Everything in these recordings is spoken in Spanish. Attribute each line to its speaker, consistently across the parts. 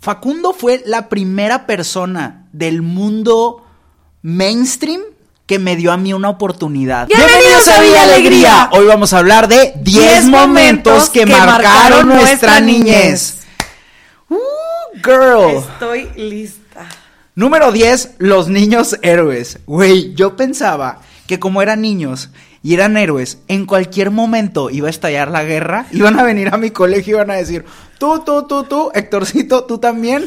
Speaker 1: Facundo fue la primera persona del mundo mainstream que me dio a mí una oportunidad.
Speaker 2: ¡Bienvenidos a Villa Alegría!
Speaker 1: Hoy vamos a hablar de 10
Speaker 2: 10
Speaker 1: momentos que, marcaron nuestra niñez. Uh, girl.
Speaker 2: Estoy lista.
Speaker 1: Número 10, los niños héroes. Güey, yo pensaba que como eran niños y eran héroes, en cualquier momento iba a estallar la guerra, iban a venir a mi colegio y iban a decir, tú, tú, tú, tú, Héctorcito, tú también.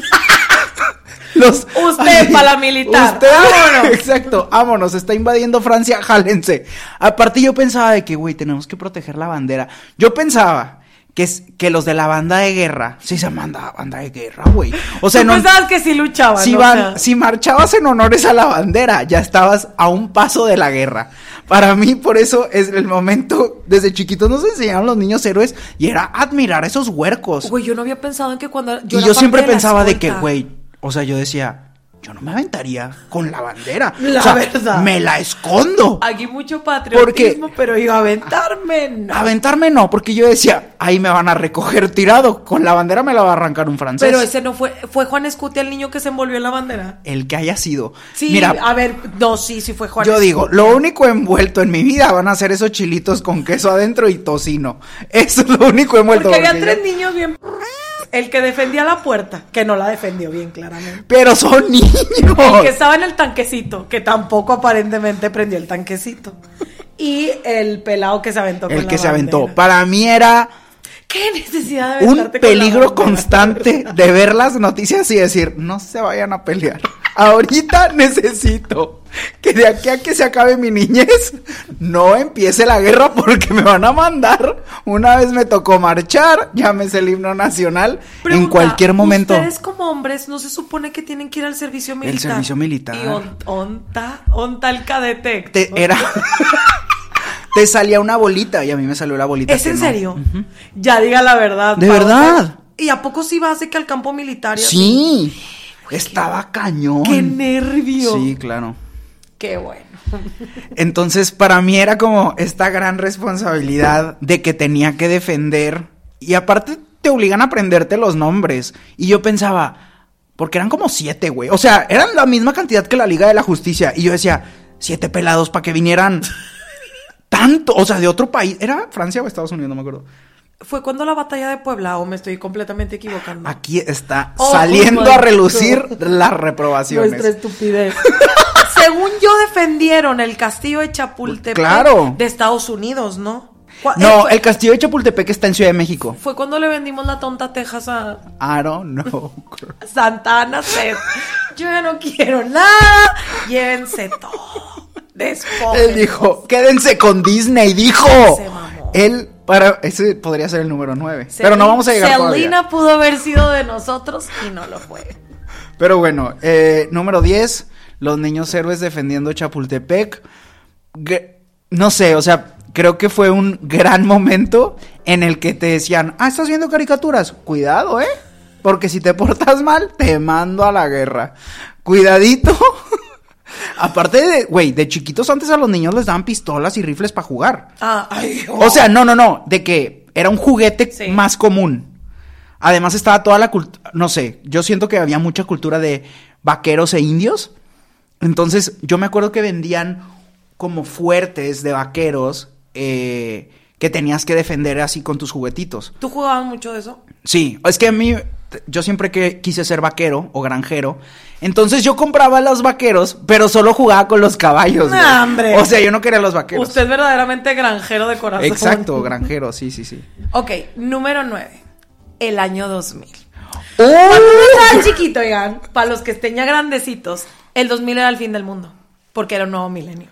Speaker 1: Los,
Speaker 2: Usted, paramilitar.
Speaker 1: Usted, vámonos. Exacto, vámonos, está invadiendo Francia, jálense. Aparte yo pensaba de que, güey, tenemos que proteger la bandera. Yo pensaba que, es- que los de la banda de guerra, sí se manda banda de guerra, güey. O sea,
Speaker 2: Tú
Speaker 1: no,
Speaker 2: pensabas que sí luchaban.
Speaker 1: si,
Speaker 2: o
Speaker 1: van-
Speaker 2: sea.
Speaker 1: si marchabas en honores a la bandera, ya estabas a un paso de la guerra. Para mí, por eso es el momento. Desde chiquitos nos enseñaron los niños héroes y era admirar a esos huercos.
Speaker 2: Güey, yo no había pensado en que cuando.
Speaker 1: y
Speaker 2: era
Speaker 1: yo
Speaker 2: parte
Speaker 1: siempre
Speaker 2: de la
Speaker 1: pensaba de que,
Speaker 2: escolta.
Speaker 1: güey, o sea, yo decía, yo no me aventaría con la bandera.
Speaker 2: La
Speaker 1: O sea,
Speaker 2: verdad.
Speaker 1: Me la escondo.
Speaker 2: Aquí mucho patriotismo, pero iba a aventarme. no.
Speaker 1: Aventarme no, porque yo decía, ahí me van a recoger tirado. Con la bandera me la va a arrancar un francés.
Speaker 2: Pero ese no fue. ¿Fue Juan Escute el niño que se envolvió en la bandera?
Speaker 1: El que haya sido.
Speaker 2: Sí,
Speaker 1: Mira,
Speaker 2: a ver, no, sí, sí fue Juan
Speaker 1: Yo digo, lo único envuelto en mi vida van a ser esos chilitos con queso adentro y tocino. Eso es lo único envuelto.
Speaker 2: Porque había
Speaker 1: porque
Speaker 2: tres
Speaker 1: ya-
Speaker 2: niños bien. El que defendía la puerta, que no la defendió bien, claramente.
Speaker 1: Pero son niños.
Speaker 2: El que estaba en el tanquecito, que tampoco aparentemente prendió el tanquecito. Y el pelado que se aventó con
Speaker 1: El
Speaker 2: la
Speaker 1: que se aventó.
Speaker 2: bandera.
Speaker 1: Para mí era
Speaker 2: ¿Qué necesidad de
Speaker 1: un
Speaker 2: aventarte con la
Speaker 1: peligro
Speaker 2: bandera?
Speaker 1: constante de ver las noticias y decir, no se vayan a pelear. Ahorita necesito que de aquí a que se acabe mi niñez, no empiece la guerra porque me van a mandar. Una vez me tocó marchar, llámese el himno nacional, en
Speaker 2: Pregunta,
Speaker 1: cualquier momento.
Speaker 2: Ustedes como hombres no se supone que tienen que ir al servicio militar.
Speaker 1: servicio militar.
Speaker 2: Y on- onta, onta el cadete.
Speaker 1: te, era. te salía una bolita y a mí me salió la bolita.
Speaker 2: ¿Es
Speaker 1: que
Speaker 2: en
Speaker 1: no.
Speaker 2: serio? Ya diga la verdad.
Speaker 1: ¿De
Speaker 2: Pau.
Speaker 1: verdad?
Speaker 2: ¿Y a poco sí vas de que al campo militar? y así?
Speaker 1: Sí. Estaba cañón.
Speaker 2: ¡Qué nervio!
Speaker 1: Sí, claro.
Speaker 2: ¡Qué bueno!
Speaker 1: Entonces, para mí era como esta gran responsabilidad de que tenía que defender. Y aparte, te obligan a aprenderte los nombres. Y yo pensaba, porque eran como siete, güey. O sea, eran la misma cantidad que la Liga de la Justicia. Y yo decía, siete pelados para que vinieran. Tanto, o sea, de otro país. ¿Era Francia o Estados Unidos? No me acuerdo.
Speaker 2: ¿Fue cuando la batalla de Puebla o me estoy completamente equivocando?
Speaker 1: Aquí está
Speaker 2: Oh,
Speaker 1: saliendo a
Speaker 2: justo.
Speaker 1: relucir las reprobaciones.
Speaker 2: Nuestra estupidez. Según yo, defendieron el castillo de Chapultepec
Speaker 1: Claro.
Speaker 2: de Estados Unidos, ¿no? Cu- eh,
Speaker 1: No,
Speaker 2: fue-
Speaker 1: el castillo de Chapultepec está en Ciudad de México.
Speaker 2: Fue cuando le vendimos la tonta Texas a
Speaker 1: I don't know. girl.
Speaker 2: Santana. Seth. Yo ya no quiero nada. Llévense todo.
Speaker 1: Él
Speaker 2: Despojen.
Speaker 1: dijo, quédense con Disney, dijo.
Speaker 2: Oh, Se mamó.
Speaker 1: Él, para, ese podría ser el número 9. Pero no vamos a llegar todavía.
Speaker 2: Selena pudo haber sido de nosotros y no lo fue.
Speaker 1: Pero bueno, eh, número 10, los niños héroes defendiendo Chapultepec. Gr- No sé, o sea, creo que fue un gran momento en el que te decían, ah, estás viendo caricaturas, cuidado, ¿eh? Porque si te portas mal, te mando a la guerra. Cuidadito. Aparte de, güey, de chiquitos antes a los niños les daban pistolas y rifles para jugar.
Speaker 2: Ah, ay, oh.
Speaker 1: O sea, no, no, no, de que era un juguete
Speaker 2: Sí.
Speaker 1: más común. Además estaba toda la cultura, no sé, yo siento que había mucha cultura de vaqueros e indios. Entonces, yo me acuerdo que vendían como fuertes de vaqueros eh, que tenías que defender así con tus juguetitos.
Speaker 2: ¿Tú jugabas mucho de eso?
Speaker 1: Sí, es que a mí, t- yo siempre que quise ser vaquero o granjero, entonces yo compraba los vaqueros, pero solo jugaba con los caballos.
Speaker 2: No,
Speaker 1: güey.
Speaker 2: hombre.
Speaker 1: O sea, yo no quería los vaqueros.
Speaker 2: Usted es verdaderamente granjero de corazón.
Speaker 1: Exacto, granjero, sí, sí, sí.
Speaker 2: Ok, número 9. El año 2000.
Speaker 1: ¡Oh!
Speaker 2: Estaba chiquito, oigan. Para los que estén ya grandecitos, el 2000 era el fin del mundo. Porque era un nuevo milenio.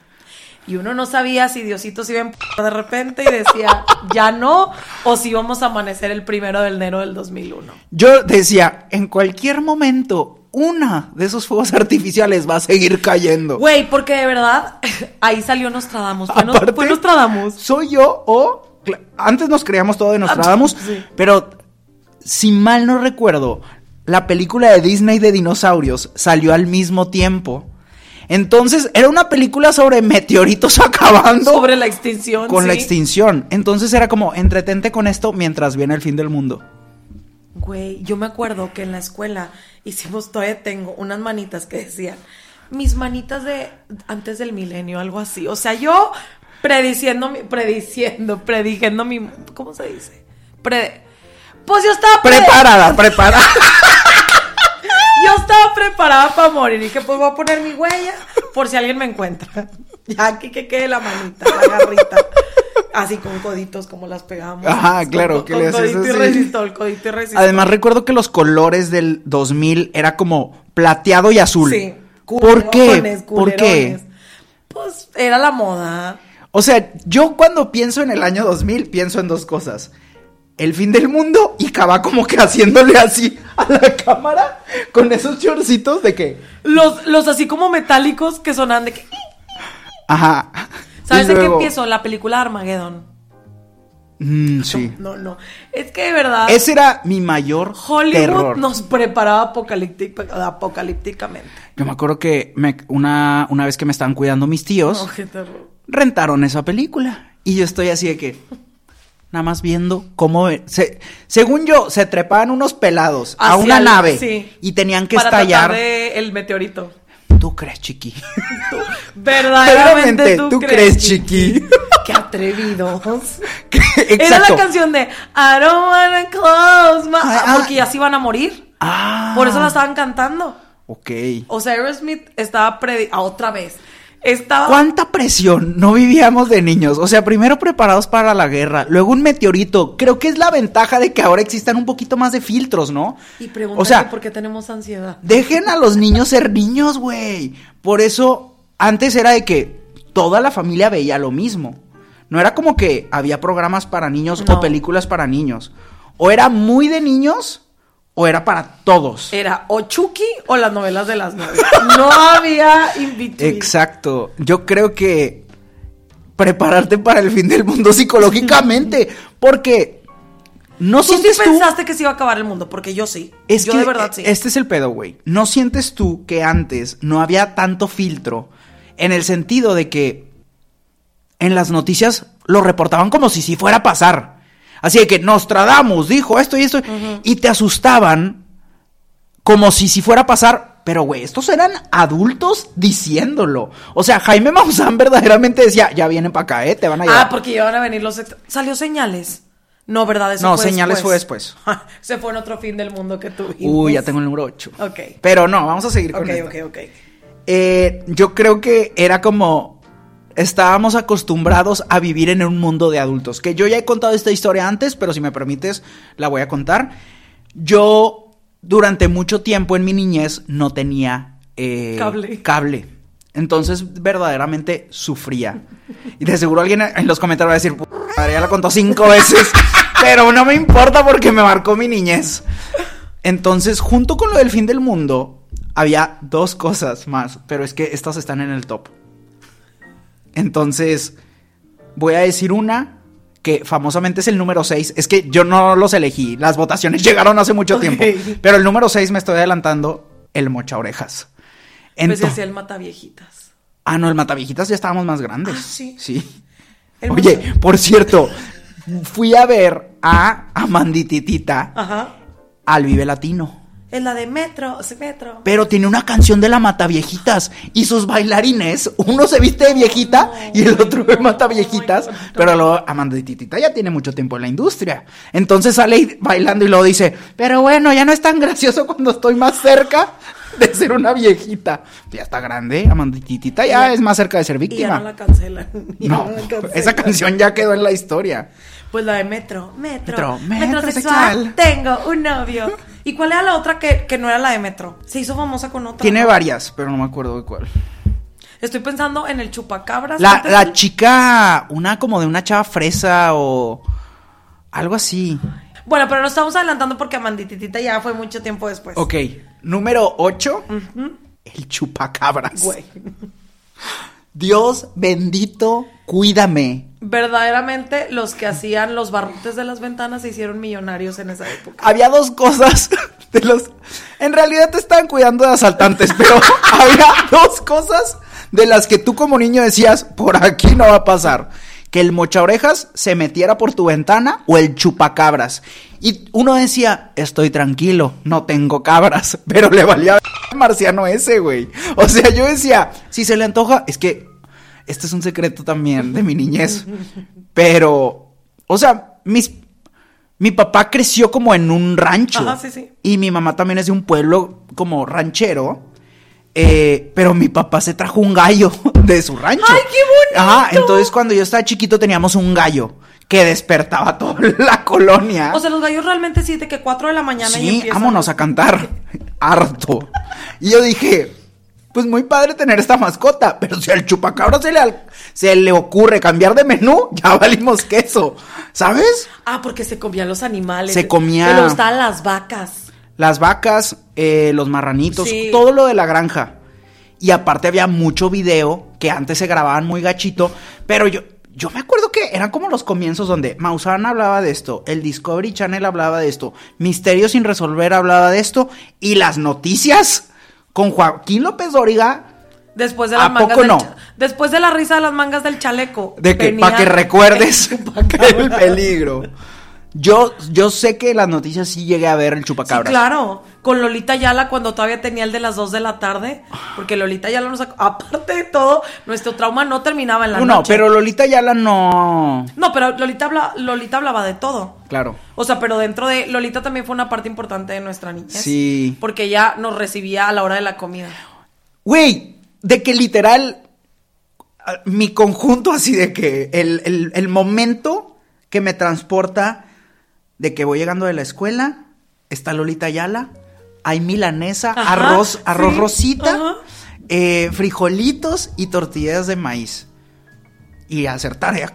Speaker 2: Y uno no sabía si Diosito se iba a empujar de repente y decía, ya no, o si íbamos a amanecer el primero de enero del 2001.
Speaker 1: Yo decía, en cualquier momento, una de esos fuegos artificiales va a seguir cayendo.
Speaker 2: Güey, porque de verdad, ahí salió Nostradamus. Fue, nos-
Speaker 1: Aparte,
Speaker 2: fue Nostradamus.
Speaker 1: Soy yo o... cla- Antes nos creíamos todo de Nostradamus,
Speaker 2: Ah, sí.
Speaker 1: pero si mal no recuerdo, la película de Disney de dinosaurios salió al mismo tiempo. Entonces, era una película sobre meteoritos acabando
Speaker 2: Sobre la extinción.
Speaker 1: con la
Speaker 2: sí.
Speaker 1: extinción. Entonces era como, entretente con esto mientras viene el fin del mundo.
Speaker 2: Güey, yo me acuerdo que en la escuela hicimos, todavía tengo unas manitas que decían, mis manitas de antes del milenio, algo así. O sea, yo prediciendo, mi- prediciendo, predijendo mi, ¿cómo se dice? Pre- pues yo estaba pre-
Speaker 1: Preparada, preparada.
Speaker 2: yo estaba preparada para morir. Y dije, pues voy a poner mi huella por si alguien me encuentra. Ya aquí que quede la manita, la garrita. Así con coditos como las pegamos.
Speaker 1: Ajá,
Speaker 2: Con-
Speaker 1: claro,
Speaker 2: Con,
Speaker 1: que le haces
Speaker 2: codito y
Speaker 1: así.
Speaker 2: resistol, codito y resistol.
Speaker 1: Además recuerdo que los colores del 2000 era como plateado y azul.
Speaker 2: Sí.
Speaker 1: ¿Por qué?
Speaker 2: culerones,
Speaker 1: ¿Por qué?
Speaker 2: culerones. Pues era la moda.
Speaker 1: O sea, yo cuando pienso en el año 2000 pienso en dos cosas. El fin del mundo y Cava como que haciéndole así a la cámara con esos chorcitos de que...
Speaker 2: Los, los así como metálicos que sonan de que.
Speaker 1: Ajá.
Speaker 2: ¿Sabes
Speaker 1: Y
Speaker 2: de qué
Speaker 1: luego-
Speaker 2: empiezo? La película de Armageddon.
Speaker 1: Mm, sí.
Speaker 2: No, no. Es que de verdad.
Speaker 1: Ese era mi mayor
Speaker 2: Hollywood
Speaker 1: terror.
Speaker 2: nos preparaba apocalíptic- apocalípticamente.
Speaker 1: Yo me acuerdo que me- una, una vez que me estaban cuidando mis tíos,
Speaker 2: No, qué terror.
Speaker 1: rentaron esa película. Y yo estoy así de que, nada más viendo cómo... e-, se- según yo, se trepaban unos pelados a
Speaker 2: Hacia
Speaker 1: una
Speaker 2: el-
Speaker 1: nave
Speaker 2: sí.
Speaker 1: y tenían que
Speaker 2: Para
Speaker 1: estallar.
Speaker 2: tratar de el meteorito.
Speaker 1: ¿Tú crees, chiqui?
Speaker 2: Verdaderamente
Speaker 1: Verdaderamente,
Speaker 2: tú,
Speaker 1: ¿tú
Speaker 2: crees,
Speaker 1: crees, chiqui?
Speaker 2: chiqui. Qué atrevidos. Era
Speaker 1: Exacto.
Speaker 2: la canción de I don't wanna close my
Speaker 1: Ah,
Speaker 2: porque ya se iban a morir.
Speaker 1: Ah.
Speaker 2: Por eso la estaban cantando.
Speaker 1: Ok.
Speaker 2: O sea, Aerosmith estaba predi ah, otra vez. Estaba
Speaker 1: ¿Cuánta presión? No vivíamos de niños. O sea, primero preparados para la guerra, luego un meteorito. Creo que es la ventaja de que ahora existan un poquito más de filtros, ¿no?
Speaker 2: y preguntan
Speaker 1: o sea,
Speaker 2: por qué tenemos ansiedad.
Speaker 1: Dejen a los niños ser niños, güey. Por eso, antes era de que toda la familia veía lo mismo. No era como que había programas para niños o
Speaker 2: No.
Speaker 1: películas para niños. O era muy de niños o era para todos.
Speaker 2: Era o Chucky o las novelas de las nueve. No había in between.
Speaker 1: Exacto. Yo creo que prepararte para el fin del mundo psicológicamente. Porque no
Speaker 2: ¿Tú sí
Speaker 1: sientes tú.
Speaker 2: pensaste que se iba a acabar el mundo? Porque yo sí.
Speaker 1: Es
Speaker 2: yo
Speaker 1: que
Speaker 2: de verdad sí.
Speaker 1: este es el pedo, güey. ¿No sientes tú que antes no había tanto filtro en el sentido de que en las noticias lo reportaban como si sí fuera a pasar? Así de que Nostradamus dijo esto y esto y te asustaban como si sí fuera a pasar, pero güey, estos eran adultos diciéndolo. O sea, Jaime Maussan verdaderamente decía, ya vienen para acá, eh, te van a llevar.
Speaker 2: Ah, porque iban a venir los extra- ¿Salió señales? No, ¿verdad? Eso
Speaker 1: No,
Speaker 2: fue
Speaker 1: Señales fue
Speaker 2: Se fue en otro fin del mundo que tuvimos.
Speaker 1: Uy, ya tengo el número 8.
Speaker 2: Ok.
Speaker 1: Pero no, vamos a seguir con
Speaker 2: Ok,
Speaker 1: esto.
Speaker 2: ok, ok.
Speaker 1: Eh, yo creo que era como estábamos acostumbrados a vivir en un mundo de adultos. Que yo ya he contado esta historia antes, pero si me permites, la voy a contar. Yo durante mucho tiempo en mi niñez no tenía eh,
Speaker 2: Cable.
Speaker 1: cable. Entonces verdaderamente sufría. Y de seguro alguien en los comentarios va a decir, "Pu- madre, ya la contó cinco veces. Pero no me importa porque me marcó mi niñez. Entonces, junto con lo del fin del mundo, había dos cosas más, pero es que estas están en el top. Entonces, voy a decir una que famosamente es el número 6. Es que yo no los elegí, las votaciones llegaron hace mucho
Speaker 2: Ok.
Speaker 1: tiempo. Pero el número 6 me estoy adelantando, el mocha orejas.
Speaker 2: Pues
Speaker 1: Ento-
Speaker 2: hacía el mata viejitas.
Speaker 1: ah, no, el mataviejitas ya estábamos más grandes.
Speaker 2: Ah, sí.
Speaker 1: Sí. Oye, por cierto, fui a ver a Amandititita
Speaker 2: Ajá.
Speaker 1: al Vive Latino.
Speaker 2: Es la de Metro, sí, Metro.
Speaker 1: Pero tiene una canción de la Mata Viejitas y sus bailarines, uno se viste de viejita y el otro de Mata Viejitas, pero luego Amanda y Titita ya tiene mucho tiempo en la industria. Entonces sale y- bailando y luego dice, pero bueno, ya no es tan gracioso cuando estoy más cerca de ser una viejita. Ya está grande, Amanda y Titita ya es más cerca de ser
Speaker 2: Y ya no
Speaker 1: víctima.
Speaker 2: la cancelan. ya
Speaker 1: No,
Speaker 2: la cancelan.
Speaker 1: esa canción ya quedó en la historia.
Speaker 2: Pues la de Metro, Metro.
Speaker 1: Metro, metrosexual.
Speaker 2: Tengo un novio. ¿Y cuál era la otra que, que no era la de Metro? Se hizo famosa con otra.
Speaker 1: Tiene
Speaker 2: ¿no?
Speaker 1: varias, pero no me acuerdo de cuál.
Speaker 2: Estoy pensando en el chupacabras.
Speaker 1: La,
Speaker 2: antes
Speaker 1: la
Speaker 2: del-
Speaker 1: chica, una como de una chava fresa o algo así.
Speaker 2: Bueno, pero nos estamos adelantando porque Amandititita ya fue mucho tiempo después.
Speaker 1: Ok, número 8. El chupacabras.
Speaker 2: Güey.
Speaker 1: Dios bendito, cuídame.
Speaker 2: Verdaderamente los que hacían los barrotes de las ventanas se hicieron millonarios en esa época.
Speaker 1: Había dos cosas de los... En realidad te estaban cuidando de asaltantes, pero había dos cosas de las que tú como niño decías, por aquí no va a pasar. Que el mocha orejas se metiera por tu ventana o el chupacabras. Y uno decía, estoy tranquilo, no tengo cabras, pero le valía al marciano ese, güey. O sea, yo decía, si se le antoja, es que este es un secreto también de mi niñez. Pero, o sea, mis, mi papá creció como en un rancho.
Speaker 2: Ajá, sí, sí.
Speaker 1: Y mi mamá también es de un pueblo como ranchero. eh, pero mi papá se trajo un gallo de su rancho.
Speaker 2: ¡Ay, qué bonito!
Speaker 1: Ajá, entonces cuando yo estaba chiquito teníamos un gallo que despertaba toda la colonia.
Speaker 2: O sea, los gallos realmente sí, de que 4 de la mañana y
Speaker 1: Ah. Sí,
Speaker 2: empiezan.
Speaker 1: vámonos a cantar. Harto. Y yo dije, pues muy padre tener esta mascota, pero si al chupacabra se le, al- se le ocurre cambiar de menú, ya valimos queso. ¿Sabes?
Speaker 2: Ah, porque se comían los animales.
Speaker 1: Se comía-
Speaker 2: Que le gustaban las vacas.
Speaker 1: Las vacas, eh, los marranitos,
Speaker 2: Sí.
Speaker 1: todo lo de la granja. Y aparte había mucho video que antes se grababan muy gachito, pero yo, yo me acuerdo que eran como los comienzos donde Maussan hablaba de esto, el Discovery Channel hablaba de esto, Misterio sin resolver hablaba de esto, y las noticias con Joaquín López Dóriga.
Speaker 2: Después de las
Speaker 1: ¿A
Speaker 2: mangas
Speaker 1: poco
Speaker 2: del
Speaker 1: no?
Speaker 2: cha- Después de la risa de las mangas del chaleco.
Speaker 1: De que,
Speaker 2: venía
Speaker 1: para que recuerdes
Speaker 2: el chupacabras.
Speaker 1: el peligro. Yo, yo sé que las noticias sí llegué a ver el
Speaker 2: Sí,
Speaker 1: chupacabras.
Speaker 2: claro. Con Lolita Yala cuando todavía tenía el de las 2 de la tarde. Porque Lolita Yala nos sacó. Aparte de todo, nuestro trauma no terminaba en la
Speaker 1: no,
Speaker 2: noche.
Speaker 1: pero Lolita Yala no.
Speaker 2: No, pero Lolita, habla- Lolita hablaba de todo.
Speaker 1: Claro.
Speaker 2: O sea, pero dentro de Lolita también fue una parte importante de nuestra niñez.
Speaker 1: Sí.
Speaker 2: Porque ella nos recibía a la hora de la comida.
Speaker 1: Güey, de que literal, ah, mi conjunto así de que el, el- el momento que me transporta de que voy llegando de la escuela, está Lolita Ayala, hay milanesa,
Speaker 2: Ajá,
Speaker 1: arroz, arroz
Speaker 2: sí,
Speaker 1: rosita,
Speaker 2: ajá.
Speaker 1: eh, frijolitos y tortillas de maíz. Y hacer tarea.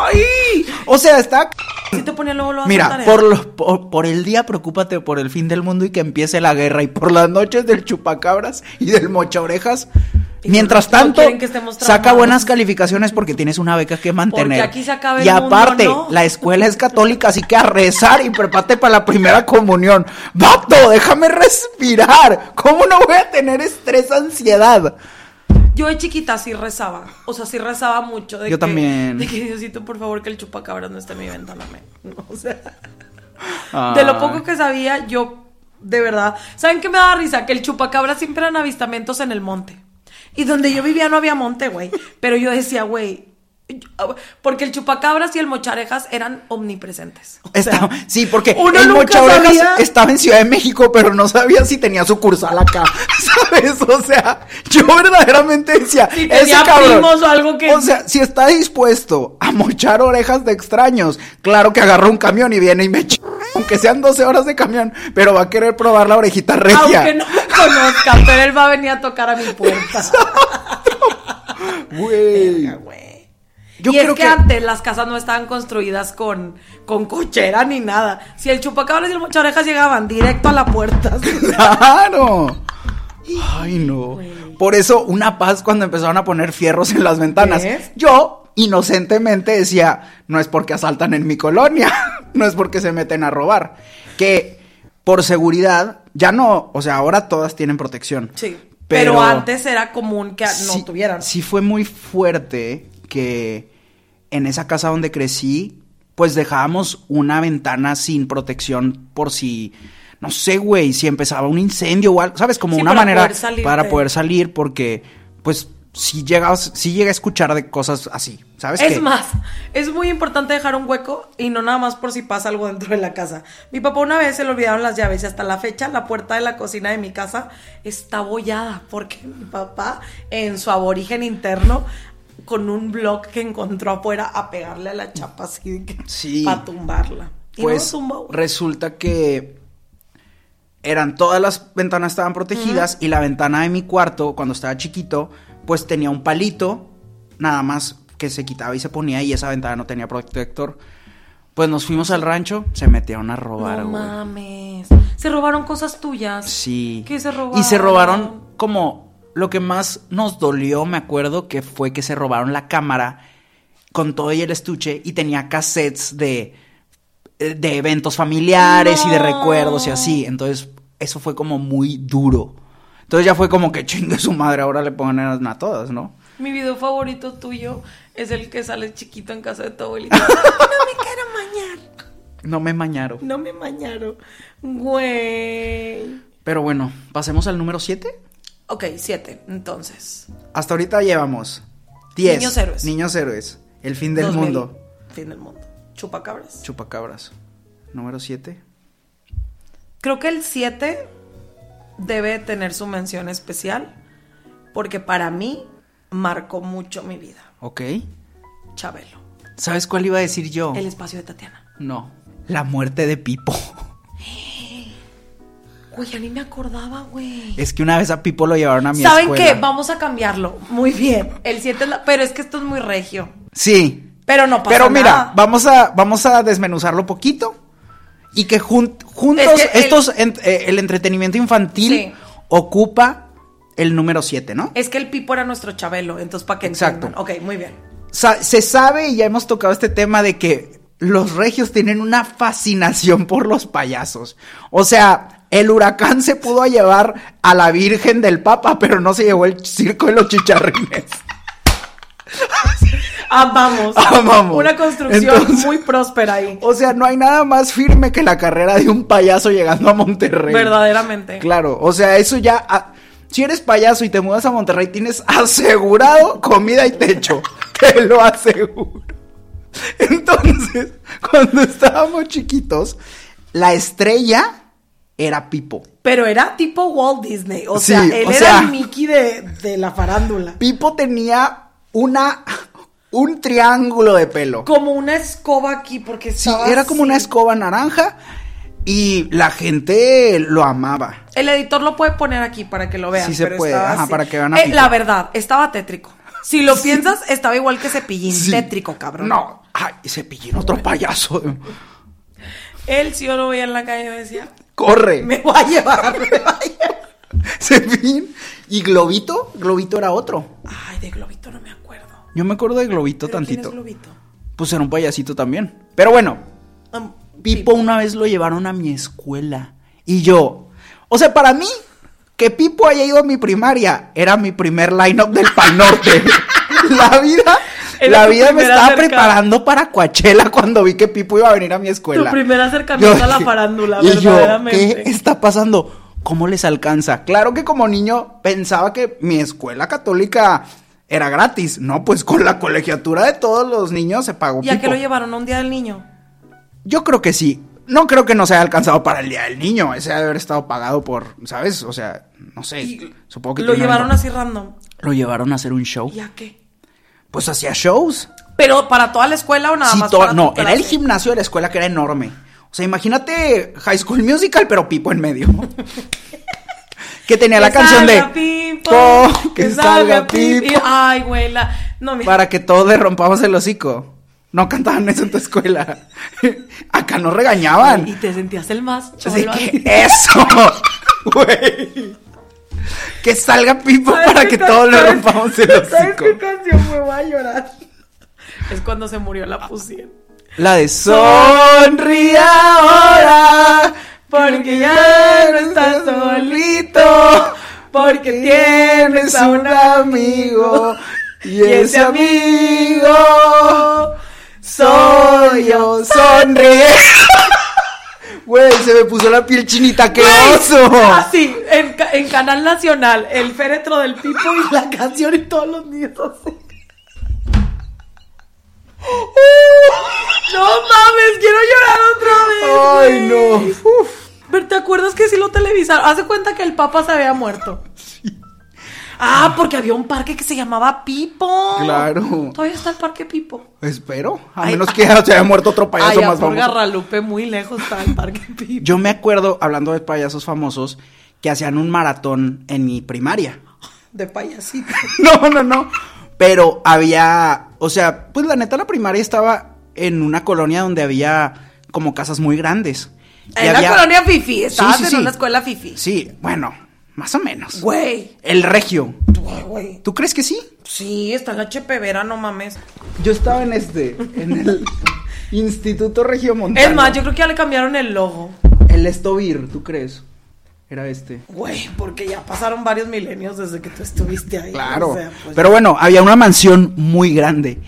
Speaker 1: ¡Ay! O sea, está...
Speaker 2: ¿Sí te ponía luego luego a hacer
Speaker 1: Mira,
Speaker 2: tarea?
Speaker 1: por, lo- por, por el día preocúpate por el fin del mundo y que empiece la guerra. Y por las noches del chupacabras y del mocha orejas.
Speaker 2: Y
Speaker 1: Mientras
Speaker 2: no
Speaker 1: tanto,
Speaker 2: quieren que estemos
Speaker 1: saca
Speaker 2: traumados.
Speaker 1: buenas calificaciones porque tienes una beca que mantener.
Speaker 2: aquí se acaba
Speaker 1: y
Speaker 2: el mundo,
Speaker 1: aparte,
Speaker 2: ¿no?
Speaker 1: la escuela es católica, así que a rezar y prepárate para la primera comunión. ¡Vato, déjame respirar! ¿Cómo no voy a tener estrés, ansiedad?
Speaker 2: Yo de chiquita sí rezaba. O sea, sí rezaba mucho. De
Speaker 1: Yo
Speaker 2: que,
Speaker 1: también.
Speaker 2: De que Diosito, por favor, que el chupacabras no esté en mi ventana. men". O sea, de
Speaker 1: Ah.
Speaker 2: lo poco que sabía, yo de verdad. ¿Saben qué me daba risa? Que el chupacabras siempre eran avistamientos en el monte. Y donde yo vivía no había monte, güey. Pero yo decía, güey. Porque el chupacabras y el mocharejas eran omnipresentes. O sea,
Speaker 1: Estaba- sí, porque
Speaker 2: uno
Speaker 1: el
Speaker 2: nunca
Speaker 1: Mocha Orejas
Speaker 2: sabía.
Speaker 1: estaba en Ciudad de México, pero no sabía si tenía sucursal acá. ¿Sabes? O sea, yo verdaderamente decía,
Speaker 2: Si
Speaker 1: ese
Speaker 2: tenía
Speaker 1: cabrón.
Speaker 2: primos o algo que-
Speaker 1: O sea, si está dispuesto a mochar orejas de extraños, claro que agarró un camión y viene y me ch- aunque sean 12 horas de camión, pero va a querer probar la orejita regia.
Speaker 2: Aunque no me conozca, pero él va a venir a tocar a mi puerta.
Speaker 1: Güey.
Speaker 2: Güey.
Speaker 1: Yo
Speaker 2: y es
Speaker 1: creo
Speaker 2: que,
Speaker 1: que-
Speaker 2: antes las casas no estaban construidas con, con cochera ni nada. Si el chupacabras y el mocharejas llegaban directo a la puerta. así.
Speaker 1: Claro. Ay, no. Por eso, una paz cuando empezaron a poner fierros en las ventanas.
Speaker 2: ¿Ves?
Speaker 1: Yo, inocentemente, decía, no es porque asaltan en mi colonia, no es porque se meten a robar. Que, por seguridad, ya no, o sea, ahora todas tienen protección.
Speaker 2: Sí. Pero, antes era común que
Speaker 1: sí-
Speaker 2: no tuvieran.
Speaker 1: Sí fue muy fuerte que en esa casa donde crecí, pues dejábamos una ventana sin protección por si, no sé, güey, si empezaba un incendio o algo, ¿sabes? Como
Speaker 2: Sí,
Speaker 1: una
Speaker 2: para
Speaker 1: manera
Speaker 2: poder salirte.
Speaker 1: para poder salir porque, pues, si llegas, si llega a escuchar de cosas así, ¿sabes?
Speaker 2: Es
Speaker 1: Que-
Speaker 2: más, es muy importante dejar un hueco y no nada más por si pasa algo dentro de la casa. Mi papá una vez se le olvidaron las llaves y hasta la fecha la puerta de la cocina de mi casa está bollada porque mi papá en su aborigen interno con un blog que encontró afuera a pegarle a la chapa así de que
Speaker 1: Sí.
Speaker 2: para tumbarla. Y no
Speaker 1: pues
Speaker 2: tumba, güey.
Speaker 1: resulta que eran todas las ventanas estaban protegidas y la ventana de mi cuarto cuando estaba chiquito pues tenía un palito, nada más que se quitaba y se ponía y esa ventana no tenía protector. Pues nos fuimos al rancho, se metieron a robar,
Speaker 2: no
Speaker 1: güey.
Speaker 2: mames. Se robaron cosas tuyas.
Speaker 1: Sí.
Speaker 2: ¿Qué se robaron?
Speaker 1: Y se robaron como lo que más nos dolió, me acuerdo, que fue que se robaron la cámara con todo y el estuche y tenía cassettes de, eh, de eventos familiares y de
Speaker 2: No.
Speaker 1: recuerdos y así. Entonces, eso fue como muy duro. Entonces ya fue como que chingue su madre, ahora le ponen a todas, ¿no?
Speaker 2: Mi video favorito tuyo es el que sale chiquito en casa de tu abuelita. no me quiero mañar.
Speaker 1: No me mañaron.
Speaker 2: No me mañaron. Güey.
Speaker 1: Pero bueno, pasemos al número 7.
Speaker 2: Ok, siete, entonces.
Speaker 1: Hasta ahorita llevamos 10.
Speaker 2: Niños héroes.
Speaker 1: Niños héroes. El fin del
Speaker 2: 2000.
Speaker 1: mundo.
Speaker 2: Fin del mundo. Chupacabras.
Speaker 1: Chupacabras. Número 7.
Speaker 2: Creo que el 7 debe tener su mención especial porque para mí marcó mucho mi vida.
Speaker 1: Ok.
Speaker 2: Chabelo.
Speaker 1: ¿Sabes cuál iba a decir yo?
Speaker 2: El espacio de Tatiana.
Speaker 1: No. La muerte de Pipo.
Speaker 2: Güey, ya ni me acordaba, güey.
Speaker 1: Es que una vez a Pipo lo llevaron a mi
Speaker 2: ¿Saben
Speaker 1: escuela.
Speaker 2: qué? Vamos a cambiarlo. Muy bien. El 7 es la... Pero es que esto es muy regio.
Speaker 1: Sí.
Speaker 2: Pero no pasa
Speaker 1: Pero mira,
Speaker 2: nada.
Speaker 1: vamos a vamos a desmenuzarlo poquito y que jun- juntos
Speaker 2: Es que el-
Speaker 1: estos en- eh, el, entretenimiento infantil
Speaker 2: Sí.
Speaker 1: ocupa el número 7, ¿no?
Speaker 2: Es que el Pipo era nuestro Chabelo, entonces para que
Speaker 1: Exacto.
Speaker 2: entiendan. Ok, muy bien.
Speaker 1: Sa- se sabe y ya hemos tocado este tema de que los regios tienen una fascinación por los payasos. O sea, el huracán se pudo llevar a la Virgen del Papa, pero no se llevó el circo de los chicharrines.
Speaker 2: Amamos.
Speaker 1: Amamos.
Speaker 2: Una construcción
Speaker 1: Entonces-
Speaker 2: muy próspera ahí.
Speaker 1: O sea, no hay nada más firme que la carrera de un payaso llegando a Monterrey.
Speaker 2: Verdaderamente.
Speaker 1: Claro, o sea, eso ya... a- si eres payaso y te mudas a Monterrey, tienes asegurado comida y techo. Te lo aseguro. Entonces, cuando estábamos chiquitos, la estrella era Pipo.
Speaker 2: Pero era tipo Walt Disney. O
Speaker 1: Sí,
Speaker 2: sea, él
Speaker 1: o
Speaker 2: era
Speaker 1: sea-
Speaker 2: el Mickey de, de la farándula.
Speaker 1: Pipo tenía una... un triángulo de pelo.
Speaker 2: Como una escoba aquí, porque
Speaker 1: Sí,
Speaker 2: estaba
Speaker 1: era como
Speaker 2: así.
Speaker 1: una escoba naranja y la gente lo amaba.
Speaker 2: El editor lo puede poner aquí para que lo vean.
Speaker 1: Sí se
Speaker 2: pero
Speaker 1: puede,
Speaker 2: estaba
Speaker 1: ajá,
Speaker 2: así.
Speaker 1: para que vean a
Speaker 2: Eh,
Speaker 1: Pipo.
Speaker 2: La verdad, estaba tétrico. Si lo piensas, estaba igual que Cepillín. Tétrico, cabrón.
Speaker 1: No, ay, cepillín, otro payaso.
Speaker 2: Él, si yo lo veía en la calle, decía,
Speaker 1: Corre.
Speaker 2: me voy a llevar, me voy a llevar.
Speaker 1: Cepillín. ¿Y Globito? Globito era otro.
Speaker 2: Ay, de Globito no me acuerdo.
Speaker 1: Yo me acuerdo de Globito
Speaker 2: ¿Pero quién es
Speaker 1: tantito.
Speaker 2: Globito?
Speaker 1: Pues era un payasito también. Pero bueno,
Speaker 2: Um,
Speaker 1: Pipo una vez lo llevaron a mi escuela. Y yo. O sea, para mí, que Pipo haya ido a mi primaria era mi primer line-up del Pal Norte. la vida.
Speaker 2: Era
Speaker 1: la
Speaker 2: tu
Speaker 1: vida me
Speaker 2: primer
Speaker 1: estaba
Speaker 2: acercamiento.
Speaker 1: preparando para Coachella cuando vi que Pipo iba a venir a mi escuela.
Speaker 2: Tu primer acercamiento
Speaker 1: Yo
Speaker 2: a la
Speaker 1: dije-
Speaker 2: farándula,
Speaker 1: y yo,
Speaker 2: verdaderamente.
Speaker 1: ¿Qué está pasando? ¿Cómo les alcanza? Claro que como niño pensaba que mi escuela católica era gratis. No, pues con la colegiatura de todos los niños se pagó.
Speaker 2: ¿Y a qué
Speaker 1: Pipo.
Speaker 2: lo llevaron? ¿A un día del niño?
Speaker 1: Yo creo que sí. No creo que no se haya alcanzado para el Día del Niño. Ese ha de haber estado pagado por, ¿sabes? O sea, no sé.
Speaker 2: Y
Speaker 1: Supongo que...
Speaker 2: lo
Speaker 1: tiene
Speaker 2: llevaron
Speaker 1: algo.
Speaker 2: así random.
Speaker 1: Lo llevaron a hacer un show.
Speaker 2: ¿Y a qué?
Speaker 1: Pues hacía shows.
Speaker 2: ¿Pero para toda la escuela o nada
Speaker 1: Sí,
Speaker 2: Ah, más?
Speaker 1: to-
Speaker 2: para tu
Speaker 1: no, era el
Speaker 2: clase?
Speaker 1: gimnasio de la escuela que era enorme. O sea, imagínate High School Musical, pero Pipo en medio. que tenía la
Speaker 2: Que
Speaker 1: canción
Speaker 2: salga
Speaker 1: de...
Speaker 2: Pipo,
Speaker 1: "To- que salga
Speaker 2: Pipo".
Speaker 1: Pipo.
Speaker 2: Ay, güey, la... No, mira.
Speaker 1: Para que todos le rompamos el hocico. No cantaban eso en tu escuela. Acá no regañaban.
Speaker 2: Y te sentías el más
Speaker 1: Así
Speaker 2: cholo.
Speaker 1: que eso, güey. Que salga Pipo
Speaker 2: ¿Sabes
Speaker 1: para
Speaker 2: qué
Speaker 1: que
Speaker 2: ca-
Speaker 1: todos le
Speaker 2: sabes-
Speaker 1: rompamos el hocico.
Speaker 2: canción me va a llorar? Es cuando se murió la pusieron.
Speaker 1: La de sonríe ahora,
Speaker 2: Porque ya no estás solito, porque tienes a un amigo,
Speaker 1: y
Speaker 2: ese
Speaker 1: amigo
Speaker 2: soy yo.
Speaker 1: Sonríe. Güey, se me puso la piel chinita, qué oso.
Speaker 2: Así, en, ca- en Canal Nacional, el féretro del Pipo y la canción y todos los niños así. No mames, quiero llorar otra vez.
Speaker 1: Ay,
Speaker 2: güey.
Speaker 1: no. Uf.
Speaker 2: Pero ¿te acuerdas que sí lo televisaron? Haz de cuenta que el papa se había muerto. Ah, porque había un parque que se llamaba Pipo.
Speaker 1: Claro.
Speaker 2: Todavía está el parque Pipo.
Speaker 1: Espero, a
Speaker 2: Ay, ah.
Speaker 1: menos que se haya muerto otro payaso
Speaker 2: Ay,
Speaker 1: más
Speaker 2: por
Speaker 1: famoso.
Speaker 2: Garralupe, muy lejos está el parque Pipo.
Speaker 1: Yo me acuerdo, hablando de payasos famosos, que hacían un maratón en mi primaria.
Speaker 2: de payasito.
Speaker 1: No, no, no. Pero había, o sea, pues la neta la primaria estaba en una colonia donde había como casas muy grandes. Y
Speaker 2: En
Speaker 1: había-
Speaker 2: la colonia Fifi, estabas
Speaker 1: Sí, sí,
Speaker 2: en
Speaker 1: sí.
Speaker 2: una escuela Fifi.
Speaker 1: Sí, bueno, más o menos.
Speaker 2: Güey,
Speaker 1: El regio.
Speaker 2: güey, güey.
Speaker 1: ¿Tú crees que sí?
Speaker 2: Sí, está en la Chepevera, no mames.
Speaker 1: Yo estaba en este, en el Instituto Regio Montano.
Speaker 2: Es más, yo creo que ya le cambiaron el logo.
Speaker 1: El Estovir, ¿tú crees? Era este.
Speaker 2: Güey, porque ya pasaron varios milenios desde que tú estuviste ahí.
Speaker 1: Claro.
Speaker 2: o sea, pues-
Speaker 1: Pero bueno, había una mansión muy grande.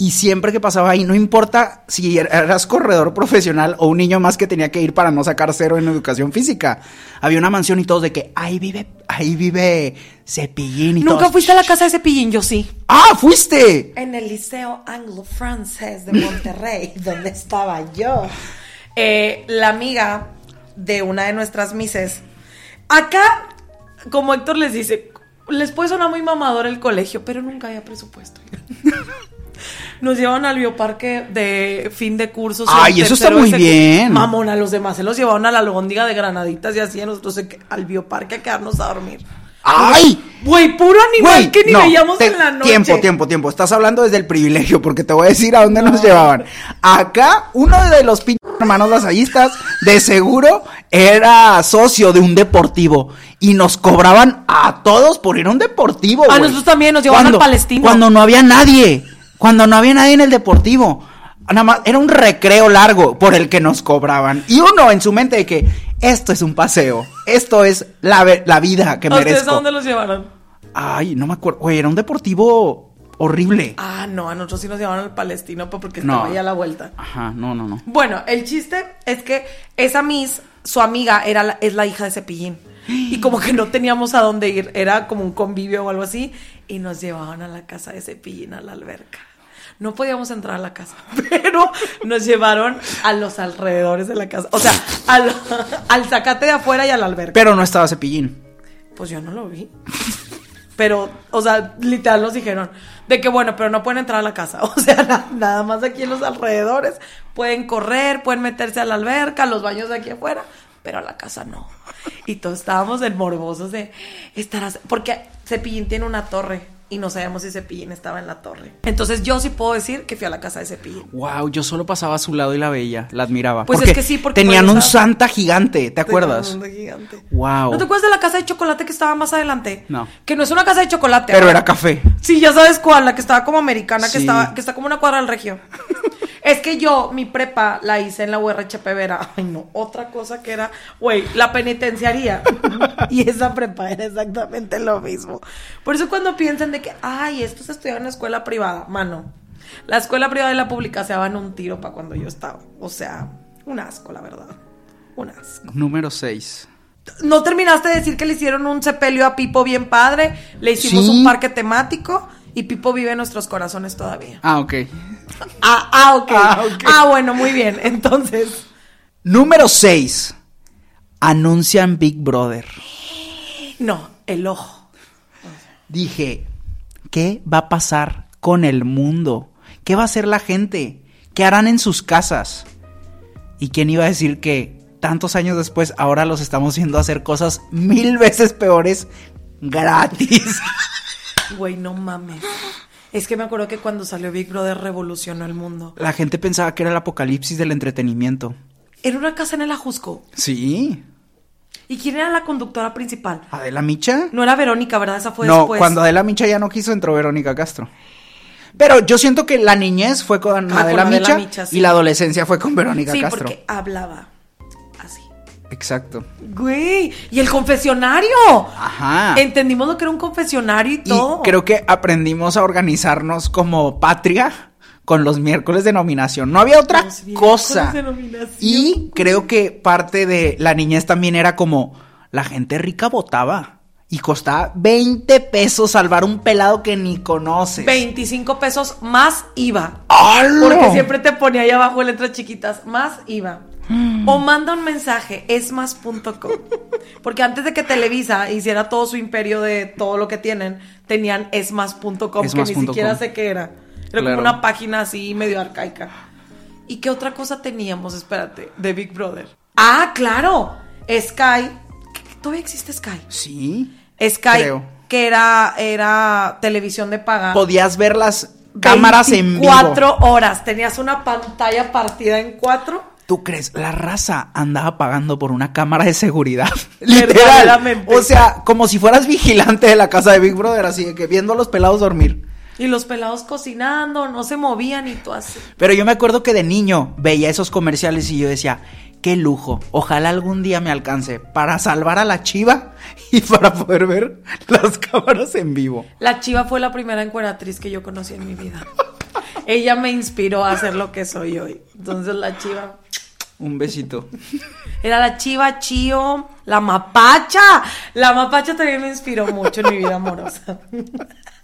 Speaker 1: Y siempre que pasaba ahí, no importa si er- eras corredor profesional o un niño más que tenía que ir para no sacar cero en educación física. Había una mansión y todos de que ahí vive, ahí vive Cepillín y
Speaker 2: Nunca
Speaker 1: todos,
Speaker 2: fuiste a la casa de Cepillín, yo sí.
Speaker 1: ¡Ah, fuiste!
Speaker 2: En el Liceo Anglo-Francés de Monterrey, donde estaba yo. Eh, la amiga de una de nuestras mises. Acá, como Héctor les dice, les puede sonar muy mamador el colegio, pero nunca había presupuesto. Nos llevan al bioparque de fin de curso.
Speaker 1: Ay,
Speaker 2: soy
Speaker 1: eso está
Speaker 2: tercero
Speaker 1: muy
Speaker 2: de secu-
Speaker 1: bien.
Speaker 2: Mamón, a los demás se los llevaron a la albóndiga de granaditas y así, a nosotros se que- al bioparque a quedarnos a dormir.
Speaker 1: ¡Ay!
Speaker 2: Güey, puro animal
Speaker 1: Güey,
Speaker 2: que ni
Speaker 1: no,
Speaker 2: veíamos
Speaker 1: te-
Speaker 2: en la noche.
Speaker 1: Tiempo, tiempo, tiempo. Estás hablando desde el privilegio, porque te voy a decir a dónde nos llevaban. Acá, uno de los pinches hermanos lasallistas, de seguro, era socio de un deportivo. Y nos cobraban a todos por ir a un deportivo.
Speaker 2: A
Speaker 1: güey.
Speaker 2: nosotros también, nos llevaban
Speaker 1: Cuando-
Speaker 2: al Palestino.
Speaker 1: Cuando no había nadie. Cuando no había nadie en el deportivo. Nada más, era un recreo largo por el que nos cobraban. Y uno en su mente de que esto es un paseo. Esto es la, ve- la vida que
Speaker 2: ¿A ustedes
Speaker 1: merezco.
Speaker 2: a dónde los llevaron?
Speaker 1: Ay, no me acuerdo. Güey, era un deportivo horrible.
Speaker 2: Ah, no, a nosotros sí nos llevaron al Palestino pa- porque
Speaker 1: No.
Speaker 2: estaba ahí a la vuelta.
Speaker 1: Ajá, no, no, no.
Speaker 2: Bueno, el chiste es que esa Miss, su amiga, era la- es la hija de Cepillín. Y como que no teníamos a dónde ir, era como un convivio o algo así. Y nos llevaban a la casa de Cepillín, a la alberca. No podíamos entrar a la casa, pero nos llevaron a los alrededores de la casa. O sea, al, al zacate de afuera y a la alberca.
Speaker 1: Pero no estaba cepillín.
Speaker 2: Pues yo no lo vi. Pero, o sea, literal nos dijeron de que bueno, pero no pueden entrar a la casa. O sea, na- nada más aquí en los alrededores. Pueden correr, pueden meterse a la alberca, a los baños de aquí afuera, pero a la casa no. Y todos estábamos en morbosos de estarás. Porque Cepillín tiene una torre y no sabemos si Cepillín estaba en la torre. Entonces yo sí puedo decir que fui a la casa de Cepillín.
Speaker 1: Wow, yo solo pasaba a su lado y la veía, la admiraba.
Speaker 2: Pues es que sí, porque
Speaker 1: tenían
Speaker 2: pues
Speaker 1: un
Speaker 2: estaba-
Speaker 1: santa gigante, ¿te acuerdas?
Speaker 2: Mundo gigante.
Speaker 1: Wow.
Speaker 2: ¿No te acuerdas de la casa de chocolate que estaba más adelante?
Speaker 1: No.
Speaker 2: Que no es una casa de chocolate.
Speaker 1: Pero
Speaker 2: ahora.
Speaker 1: era café.
Speaker 2: Sí, ya sabes cuál, la que estaba como americana,
Speaker 1: Sí.
Speaker 2: que estaba, que está como una cuadra del regio. es que yo, mi prepa, la hice en la URHP Vera. Ay, no, otra cosa que era, güey, la penitenciaría. y esa prepa era exactamente lo mismo. Por eso cuando piensan de que, ay, estos estudiaban en escuela privada, mano. La escuela privada y la pública se daban un tiro para cuando yo estaba. O sea, un asco, la verdad. Un asco.
Speaker 1: Número 6.
Speaker 2: No terminaste de decir que le hicieron un sepelio a Pipo bien padre, le hicimos
Speaker 1: Sí.
Speaker 2: un parque temático y Pipo vive en nuestros corazones todavía.
Speaker 1: Ah, ok.
Speaker 2: Ah, ah, ok.
Speaker 1: Ah, ok.
Speaker 2: Ah, bueno, muy bien. Entonces,
Speaker 1: Número 6. Anuncian Big Brother.
Speaker 2: no, el ojo.
Speaker 1: Dije, ¿qué va a pasar con el mundo? ¿Qué va a hacer la gente? ¿Qué harán en sus casas? ¿Y quién iba a decir que tantos años después ahora los estamos viendo hacer cosas mil veces peores gratis?
Speaker 2: Güey, no mames. Es que me acuerdo que cuando salió Big Brother revolucionó el mundo.
Speaker 1: La gente pensaba que era el apocalipsis del entretenimiento.
Speaker 2: Era una casa en el Ajusco.
Speaker 1: Sí.
Speaker 2: ¿Y quién era la conductora principal?
Speaker 1: ¿Adela Micha?
Speaker 2: No era Verónica, ¿verdad? Esa fue
Speaker 1: no,
Speaker 2: después.
Speaker 1: cuando Adela Micha ya no quiso entró Verónica Castro. Pero yo siento que la niñez fue con,
Speaker 2: Ah, con
Speaker 1: Adela,
Speaker 2: Adela
Speaker 1: Micha,
Speaker 2: Micha, sí.
Speaker 1: y la adolescencia fue con Verónica
Speaker 2: sí,
Speaker 1: Castro.
Speaker 2: porque hablaba así.
Speaker 1: Exacto.
Speaker 2: Güey, y el confesionario.
Speaker 1: Ajá.
Speaker 2: Entendimos lo que era un confesionario y
Speaker 1: Ah. Y
Speaker 2: todo.
Speaker 1: creo que aprendimos a organizarnos como patria con los miércoles de nominación. No había otra
Speaker 2: Los miércoles
Speaker 1: cosa.
Speaker 2: de nominación.
Speaker 1: Y creo que parte de la niñez también era como la gente rica votaba y costaba 20 pesos salvar un pelado que ni conoces.
Speaker 2: 25 pesos más IVA.
Speaker 1: ¡Hala!
Speaker 2: Porque siempre te ponía ahí abajo en letras chiquitas, más IVA.
Speaker 1: Mm.
Speaker 2: O manda un mensaje, esmas.com. Porque antes de que Televisa hiciera todo su imperio de todo lo que tienen, tenían esmas.com, que ni
Speaker 1: Esmas.com.
Speaker 2: siquiera sé qué era. Era
Speaker 1: Claro.
Speaker 2: como una página así medio arcaica. ¿Y qué otra cosa teníamos? Espérate, de Big Brother. Ah, claro, Sky. ¿Qué- qué- ¿Todavía existe Sky?
Speaker 1: Sí.
Speaker 2: Sky
Speaker 1: Creo.
Speaker 2: que era, era televisión de paga.
Speaker 1: Podías ver las cámaras en vivo.
Speaker 2: Cuatro horas. Tenías una pantalla partida en cuatro.
Speaker 1: ¿Tú crees? La raza andaba pagando por una cámara de seguridad. Literal.
Speaker 2: Verdaderamente.
Speaker 1: O sea, como si fueras vigilante de la casa de Big Brother, así de que viendo a los pelados dormir.
Speaker 2: Y los pelados cocinando, no se movían y tú así.
Speaker 1: Pero yo me acuerdo que de niño veía esos comerciales y yo decía, qué lujo, ojalá algún día me alcance para salvar a la chiva y para poder ver las cámaras en vivo.
Speaker 2: La chiva fue la primera encueratriz que yo conocí en mi vida. Ella me inspiró a ser lo que soy hoy. Entonces la chiva.
Speaker 1: Un besito.
Speaker 2: Era la chiva, chío, la mapacha. La mapacha también me inspiró mucho en mi vida amorosa.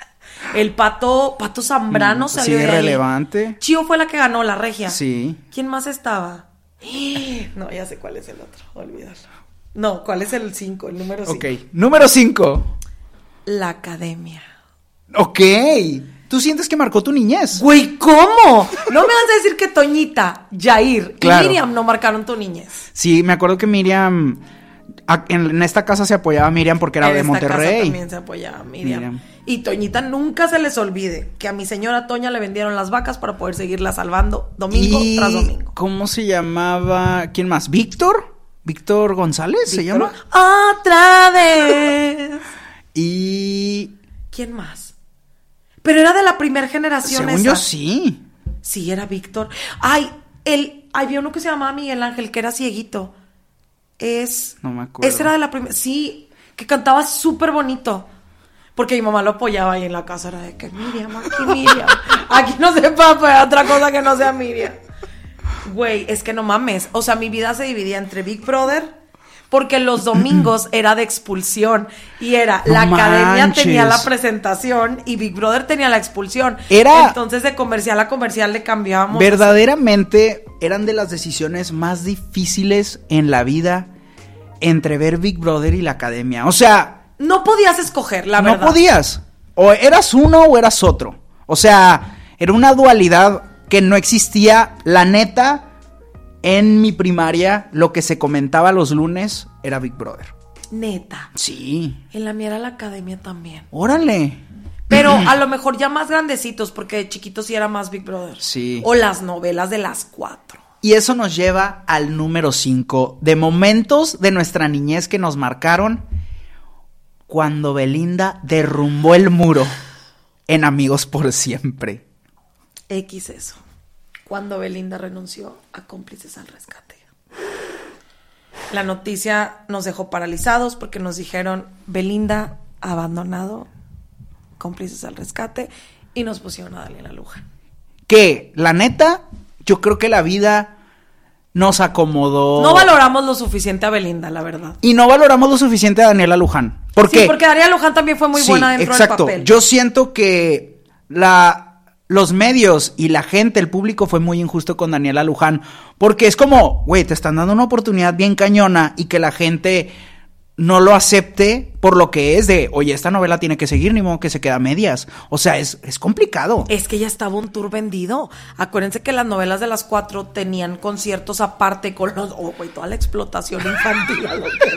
Speaker 2: El pato, pato Zambrano
Speaker 1: Mm, Sí,
Speaker 2: salió de ahí.
Speaker 1: relevante.
Speaker 2: Chío fue la que ganó, la regia.
Speaker 1: Sí.
Speaker 2: ¿Quién más estaba? No, ya sé cuál es el otro, olvidarlo. No, ¿cuál es el 5? El número 5.
Speaker 1: Ok. Número 5.
Speaker 2: La academia.
Speaker 1: Ok. ¿Tú sientes que marcó tu niñez?
Speaker 2: Güey, ¿cómo? No me vas a decir que Toñita, Jair
Speaker 1: Claro.
Speaker 2: y Miriam no marcaron tu niñez.
Speaker 1: Sí, me acuerdo que Miriam... a- En, en esta casa se apoyaba a Miriam porque era
Speaker 2: En
Speaker 1: de
Speaker 2: esta casa
Speaker 1: Monterrey.
Speaker 2: también se apoyaba Miriam.
Speaker 1: Miriam.
Speaker 2: Y Toñita nunca se les olvide que a mi señora Toña le vendieron las vacas para poder seguirla salvando domingo
Speaker 1: Y-
Speaker 2: tras domingo.
Speaker 1: ¿Cómo se llamaba? ¿Quién más? ¿Víctor? ¿Víctor González se
Speaker 2: Víctor,
Speaker 1: llama?
Speaker 2: Otra vez.
Speaker 1: Y
Speaker 2: ¿Quién más? Pero era de la primera generación
Speaker 1: según
Speaker 2: esa.
Speaker 1: yo sí.
Speaker 2: Sí, era Víctor. Ay, el, había uno que se llamaba Miguel Ángel, que era cieguito. Es.
Speaker 1: No me acuerdo.
Speaker 2: Ese era de la primera. Sí, que cantaba súper bonito. Porque mi mamá lo apoyaba ahí en la casa. Era de que Miriam, aquí Miriam. Aquí no se puede apoyar otra cosa que no sea Miriam. Güey, es que no mames. O sea, mi vida se dividía entre Big Brother. Porque los domingos era de expulsión. Y era,
Speaker 1: No
Speaker 2: la academia
Speaker 1: manches.
Speaker 2: tenía la presentación y Big Brother tenía la expulsión.
Speaker 1: Era-
Speaker 2: Entonces de comercial a comercial le cambiábamos.
Speaker 1: Verdaderamente eran de las decisiones más difíciles en la vida entre ver Big Brother y la academia. O sea,
Speaker 2: No podías escoger, la
Speaker 1: no
Speaker 2: verdad.
Speaker 1: podías. O eras uno o eras otro. O sea, era una dualidad que no existía. La neta, en mi primaria, lo que se comentaba los lunes era Big Brother.
Speaker 2: Neta.
Speaker 1: Sí.
Speaker 2: En la mía era la academia también.
Speaker 1: Órale.
Speaker 2: Pero a lo mejor ya más grandecitos, porque de chiquitos sí era más Big Brother.
Speaker 1: Sí.
Speaker 2: O las novelas de las cuatro.
Speaker 1: Y eso nos lleva al número 5 de momentos de nuestra niñez que nos marcaron cuando Belinda derrumbó el muro en Amigos por Siempre.
Speaker 2: X eso. Cuando Belinda renunció a cómplices al rescate. La noticia nos dejó paralizados porque nos dijeron Belinda ha abandonado cómplices al rescate y nos pusieron a Daniela Luján.
Speaker 1: Que, la neta, yo creo que la vida nos acomodó.
Speaker 2: No valoramos lo suficiente a Belinda, la verdad.
Speaker 1: Y no valoramos lo suficiente a Daniela Luján. ¿Por
Speaker 2: Sí,
Speaker 1: qué?
Speaker 2: porque Daniela Luján también fue muy
Speaker 1: Sí,
Speaker 2: buena dentro
Speaker 1: exacto.
Speaker 2: del papel.
Speaker 1: Yo siento que la, los medios y la gente, el público fue muy injusto con Daniela Luján, porque es como, güey, te están dando una oportunidad bien cañona y que la gente no lo acepte por lo que es de, oye, esta novela tiene que seguir, ni modo que se queda a medias. O sea, es, es complicado.
Speaker 2: Es que ya estaba un tour vendido. Acuérdense que las novelas de las cuatro tenían conciertos aparte con los. Oh, güey, toda la explotación infantil. a lo que-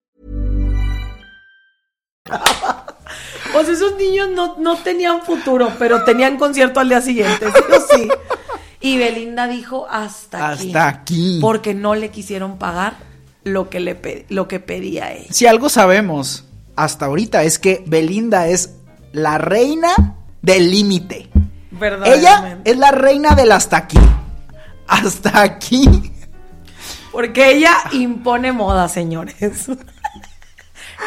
Speaker 2: O sea, Pues esos niños no, no tenían futuro, pero tenían concierto al día siguiente, sí o sí. Y Belinda dijo hasta aquí.
Speaker 1: Hasta aquí.
Speaker 2: Porque no le quisieron pagar lo que, le pe- lo que pedía ella.
Speaker 1: Si algo sabemos hasta ahorita es que Belinda es la reina del límite. Ella
Speaker 2: Verdaderamente.
Speaker 1: es la reina del hasta aquí. Hasta aquí.
Speaker 2: Porque ella impone moda, señores.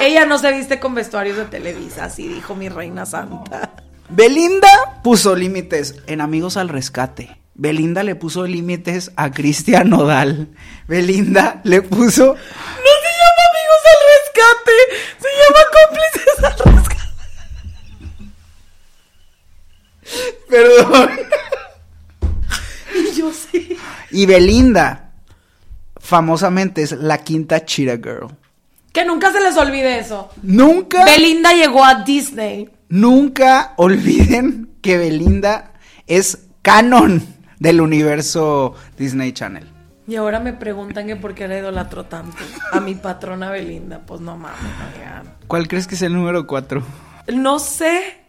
Speaker 2: ella no se viste con vestuarios de Televisa, así dijo mi reina santa.
Speaker 1: Belinda puso límites en Amigos al Rescate. Belinda le puso límites a Cristian Nodal. Belinda le puso.
Speaker 2: No se llama amigos al rescate, se llama cómplices al rescate.
Speaker 1: Perdón.
Speaker 2: Y yo sí.
Speaker 1: Y Belinda, famosamente, es la quinta Cheetah Girl.
Speaker 2: Que nunca se les olvide eso.
Speaker 1: Nunca,
Speaker 2: Belinda llegó a Disney.
Speaker 1: nunca olviden que Belinda es canon del universo Disney Channel.
Speaker 2: Y ahora me preguntan que por qué la idolatro tanto a mi patrona Belinda. Pues no mames, oigan.
Speaker 1: ¿Cuál crees que es el número 4?
Speaker 2: No sé,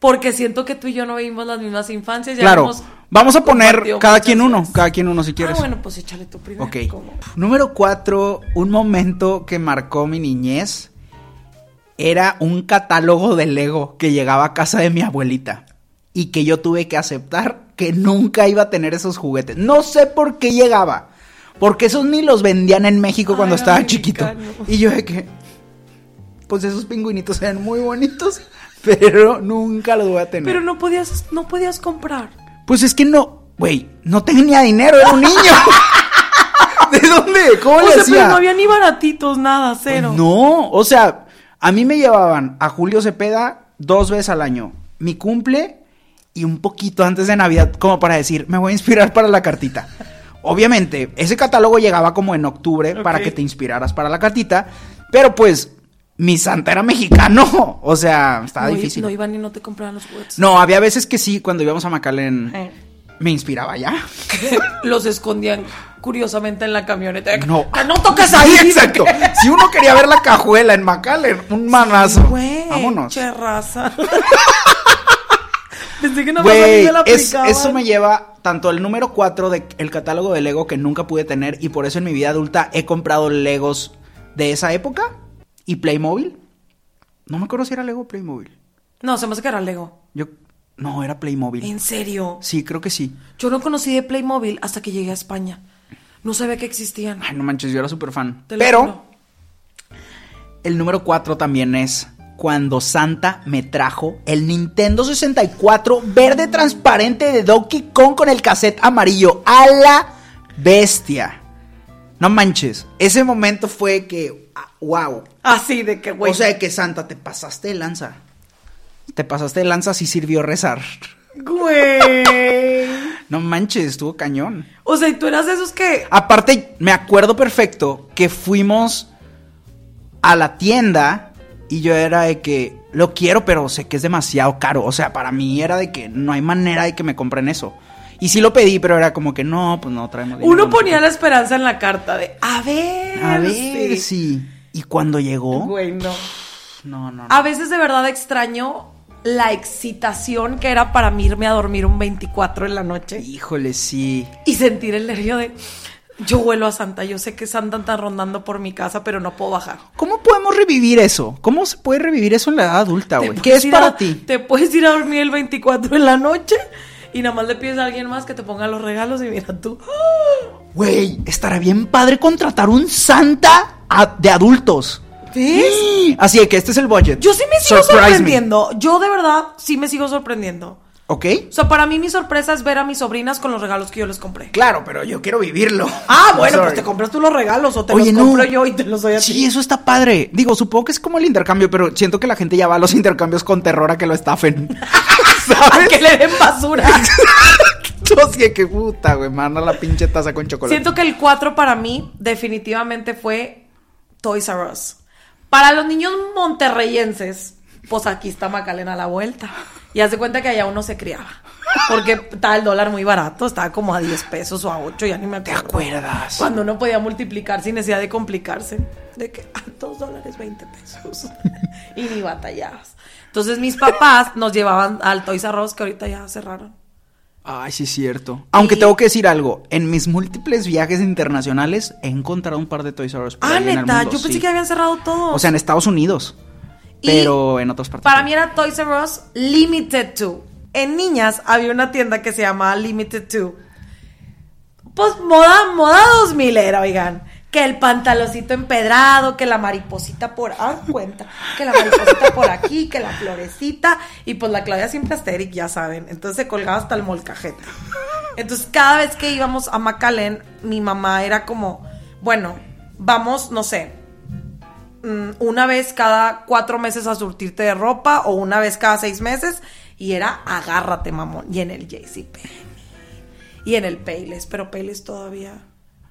Speaker 2: porque siento que tú y yo no vivimos las mismas infancias. ya
Speaker 1: Claro,
Speaker 2: hemos
Speaker 1: vamos a poner
Speaker 2: compartido
Speaker 1: cada
Speaker 2: muchas
Speaker 1: quien uno,
Speaker 2: veces.
Speaker 1: cada quien uno si
Speaker 2: Ah,
Speaker 1: quieres.
Speaker 2: bueno, pues échale tú primero.
Speaker 1: Ok.
Speaker 2: ¿cómo?
Speaker 1: Número 4, un momento que marcó mi niñez era un catálogo de Lego que llegaba a casa de mi abuelita y que yo tuve que aceptar que nunca iba a tener esos juguetes. No sé por qué llegaba, porque esos ni los vendían en México
Speaker 2: Ah,
Speaker 1: cuando
Speaker 2: era
Speaker 1: estaba
Speaker 2: mexicano.
Speaker 1: chiquito. Y yo de que pues esos pingüinitos eran muy bonitos, pero nunca los voy a tener.
Speaker 2: Pero no podías, no podías comprar.
Speaker 1: Pues es que no, güey, no tenía dinero, era un niño. ¿De dónde? ¿Cómo
Speaker 2: O
Speaker 1: le
Speaker 2: sea,
Speaker 1: hacía?
Speaker 2: pero no había ni baratitos, nada, cero.
Speaker 1: No, o sea, a mí me llevaban a Julio Cepeda dos veces al año. Mi cumple y un poquito antes de Navidad, como para decir, me voy a inspirar para la cartita. Obviamente, ese catálogo llegaba como en octubre para
Speaker 2: Ok.
Speaker 1: que te inspiraras para la cartita, pero pues mi santa era mexicano, o sea, estaba
Speaker 2: No i-
Speaker 1: difícil.
Speaker 2: No
Speaker 1: No,
Speaker 2: iban y no te compraban los juguetes.
Speaker 1: había veces que sí, cuando íbamos a Macalen,
Speaker 2: Eh.
Speaker 1: me inspiraba ya.
Speaker 2: los escondían curiosamente en la camioneta.
Speaker 1: No.
Speaker 2: ¡Que no toques ahí!
Speaker 1: Sí, exacto. Si uno quería ver la cajuela en Macalen, un manazo.
Speaker 2: Güey,
Speaker 1: Vámonos.
Speaker 2: Che raza. Pensé que no
Speaker 1: Güey,
Speaker 2: me la
Speaker 1: es-
Speaker 2: aplicaban.
Speaker 1: eso me lleva tanto al número 4 del catálogo de Lego que nunca pude tener y por eso en mi vida adulta he comprado Legos de esa época y Playmobil. No me acuerdo si era Lego o Playmobil.
Speaker 2: No, se me hace que era Lego.
Speaker 1: Yo no, era Playmobil.
Speaker 2: En serio.
Speaker 1: Sí, creo que sí.
Speaker 2: Yo no conocí de Playmobil hasta que llegué a España. No sabía que existían.
Speaker 1: Ay, no manches, yo era súper fan.
Speaker 2: Te lo juro.
Speaker 1: Pero el número 4 también es cuando Santa me trajo el Nintendo 64 verde transparente de Donkey Kong con el cassette amarillo. A la bestia. No manches. Ese momento fue que. ah, ¡Wow!
Speaker 2: Así de que, güey.
Speaker 1: O sea, que Santa, te pasaste de lanza. Te pasaste de lanza, sí sirvió rezar.
Speaker 2: güey.
Speaker 1: No manches, estuvo cañón.
Speaker 2: O sea, y tú eras de esos que.
Speaker 1: Aparte, me acuerdo perfecto que fuimos a la tienda y yo era de que lo quiero, pero sé que es demasiado caro. O sea, para mí era de que no hay manera de que me compren eso. Y sí lo pedí, pero era como que no, pues no traemos dinero,
Speaker 2: Uno
Speaker 1: no
Speaker 2: ponía
Speaker 1: sé
Speaker 2: la esperanza en la carta de. A
Speaker 1: qué.
Speaker 2: ver.
Speaker 1: A ver, sí. Y cuando llegó,
Speaker 2: Güey, no.
Speaker 1: no, no, no.
Speaker 2: A veces de verdad extraño la excitación que era para mí irme a dormir un 24 en la noche
Speaker 1: Híjole, sí.
Speaker 2: y sentir el nervio de yo vuelo a Santa, yo sé que Santa está rondando por mi casa, pero no puedo bajar.
Speaker 1: ¿Cómo podemos revivir eso? ¿Cómo se puede revivir eso en la edad adulta,
Speaker 2: Te
Speaker 1: güey? ¿Qué
Speaker 2: puedes
Speaker 1: es
Speaker 2: ir
Speaker 1: para
Speaker 2: a-
Speaker 1: ti?
Speaker 2: Te puedes ir a dormir el 24 en la noche y nada más le pides a alguien más que te ponga los regalos y mira tú. ¡ah!
Speaker 1: Güey, estará bien padre contratar un Santa a- de adultos.
Speaker 2: ¿Ves?
Speaker 1: Sí. Así de que este es el budget.
Speaker 2: Yo sí me sigo
Speaker 1: Surprise me.
Speaker 2: sorprendiendo. Yo de verdad sí me sigo sorprendiendo.
Speaker 1: ¿Ok?
Speaker 2: O sea, para mí mi sorpresa es ver a mis sobrinas con los regalos que yo les compré.
Speaker 1: Claro, pero yo quiero vivirlo.
Speaker 2: Ah, bueno,
Speaker 1: Sorry.
Speaker 2: pues te compras tú los regalos o te
Speaker 1: Oye,
Speaker 2: los
Speaker 1: no.
Speaker 2: compro yo y te los doy a
Speaker 1: Sí,
Speaker 2: ti.
Speaker 1: eso está padre. Digo, supongo que es como el intercambio, pero siento que la gente ya va a los intercambios con terror a que lo estafen.
Speaker 2: A
Speaker 1: ¿Sabes?
Speaker 2: que le den basura.
Speaker 1: Así de que puta, güey, manda la pinche taza con chocolate.
Speaker 2: Siento que el 4 para mí definitivamente fue Toys R Us. Para los niños monterreyenses, pues aquí está Macalena a la vuelta. Y haz de cuenta que allá uno se criaba. Porque estaba el dólar muy barato, estaba como a 10 pesos o a 8, ya ni me acuerdo.
Speaker 1: acuerdas?
Speaker 2: Cuando uno podía multiplicar sin necesidad de complicarse. De que a 2 dólares 20 pesos. y ni batallabas. Entonces mis papás nos llevaban al Toys R Us, que ahorita ya cerraron.
Speaker 1: Ay, sí, es cierto. Aunque tengo que decir algo. En mis múltiples viajes internacionales he encontrado un par de Toys R Us. por
Speaker 2: Ah,
Speaker 1: ahí en el
Speaker 2: neta,
Speaker 1: mundo,
Speaker 2: yo pensé
Speaker 1: sí.
Speaker 2: que habían cerrado todos.
Speaker 1: O sea, en Estados Unidos.
Speaker 2: Y
Speaker 1: Pero en otras partes.
Speaker 2: Para
Speaker 1: no.
Speaker 2: mí era Toys R Us Limited 2. En niñas había una tienda que se llamaba Limited 2. Pues moda, moda 2000 era, oigan. Que el pantaloncito empedrado, que la mariposita por... Ah, cuenta. Que la mariposita por aquí, que la florecita. Y pues la Claudia siempre asteric, ya saben. Entonces se colgaba hasta el molcajete. Entonces cada vez que íbamos a Macalén, mi mamá era como... Bueno, vamos, no sé, mm, una vez cada cuatro meses a surtirte de ropa o una vez cada seis meses y era agárrate mamón y en el JCPenney y en el Payless pero Payless todavía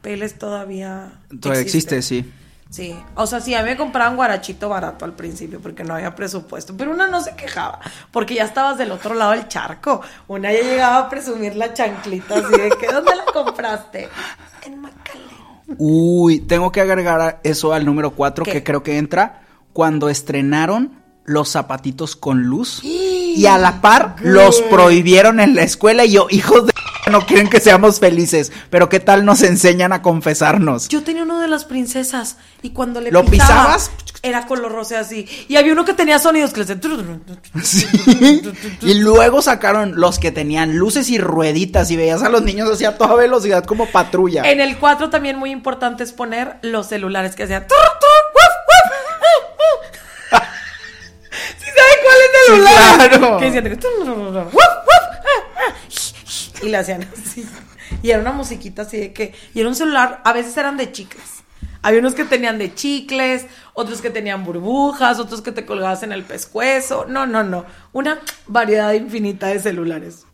Speaker 2: Payless todavía
Speaker 1: Todavía existe, sí.
Speaker 2: sí o sea sí a mí me compraban guarachito barato al principio porque no había presupuesto pero una no se quejaba porque ya estabas del otro lado del charco una ya llegaba a presumir la chanclita así de que dónde la compraste en Macalén
Speaker 1: Uy, tengo que agregar a- eso al número 4
Speaker 2: ¿Qué?
Speaker 1: que creo que entra cuando estrenaron los zapatitos con luz y a la par los prohibieron en la escuela y yo, hijos de no quieren que seamos felices, pero qué tal nos enseñan a confesarnos.
Speaker 2: Yo tenía uno de las princesas y cuando le
Speaker 1: ¿Lo
Speaker 2: pisaba,
Speaker 1: pisabas?
Speaker 2: era color rosa así. Y había uno que tenía sonidos que le hacían tru, tru, tru, tru.
Speaker 1: Sí. Y luego sacaron los que tenían luces y rueditas y veías a los niños así a toda velocidad como patrulla.
Speaker 2: En el 4 también muy importante es poner los celulares que hacían. tru, tru, wuf, wuf. ¿Sí saben cuál es el
Speaker 1: Sí,
Speaker 2: celular?
Speaker 1: claro.
Speaker 2: Que decían, tru, tru, tru, tru, wuf, wuf. Y le hacían así. Y era una musiquita así de que. Y era un celular, a veces eran de chicles. Había unos que tenían de chicles, otros que tenían burbujas, otros que te colgabas en el pescuezo. No, no, no. Una variedad infinita de celulares.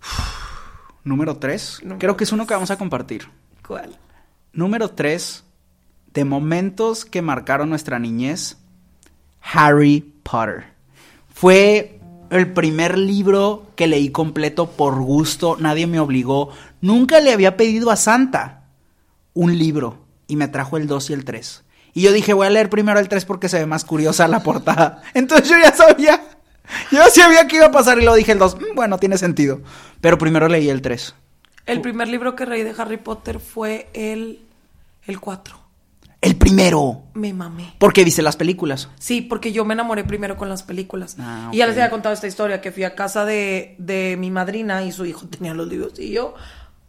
Speaker 1: Número 3,
Speaker 2: Número
Speaker 1: creo que es uno que vamos a compartir.
Speaker 2: ¿Cuál?
Speaker 1: Número 3, de momentos que marcaron nuestra niñez, Harry Potter. Fue el primer libro que leí completo por gusto, nadie me obligó. Nunca le había pedido a Santa un libro y me trajo el 2 y el 3. Y yo dije, voy a leer primero el 3 porque se ve más curiosa la portada. Entonces yo ya sabía, yo sabía que iba a pasar y lo dije el 2. Bueno, tiene sentido. Pero primero leí el 3.
Speaker 2: El primer libro que leí de Harry Potter fue el, el 4.
Speaker 1: El primero.
Speaker 2: Me mamé.
Speaker 1: Porque viste las películas.
Speaker 2: Sí, porque yo me enamoré primero con las películas.
Speaker 1: Ah,
Speaker 2: Y ya les
Speaker 1: ok.
Speaker 2: había contado esta historia, que fui a casa de, de mi madrina y su hijo tenía los libros y yo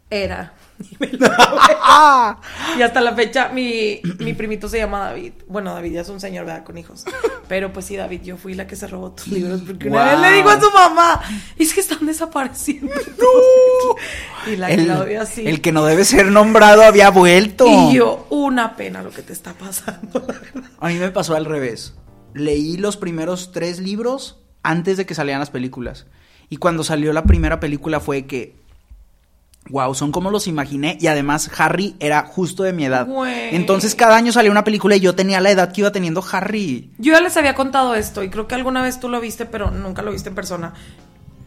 Speaker 2: era. Y, me lo robé.
Speaker 1: Ah,
Speaker 2: Y hasta la fecha mi, mi primito se llama David. Bueno, David ya es un señor, ¿verdad? Con hijos. Pero pues sí, David, yo fui la que se robó tus libros porque una vez
Speaker 1: Wow.
Speaker 2: le digo a su mamá, es que están desapareciendo. Y la
Speaker 1: el,
Speaker 2: Claudia sí.
Speaker 1: el que no debe ser nombrado había vuelto.
Speaker 2: Y yo, una pena lo que te está pasando. la verdad.
Speaker 1: A mí me pasó al revés. Leí los primeros tres libros antes de que salieran las películas. Y cuando salió la primera película fue que. Wow, son como los imaginé. Y además, Harry era justo de mi edad.
Speaker 2: Güey.
Speaker 1: Entonces, cada año salía una película y yo tenía la edad que iba teniendo Harry.
Speaker 2: Yo ya les había contado esto y creo que alguna vez tú lo viste, pero nunca lo viste en persona.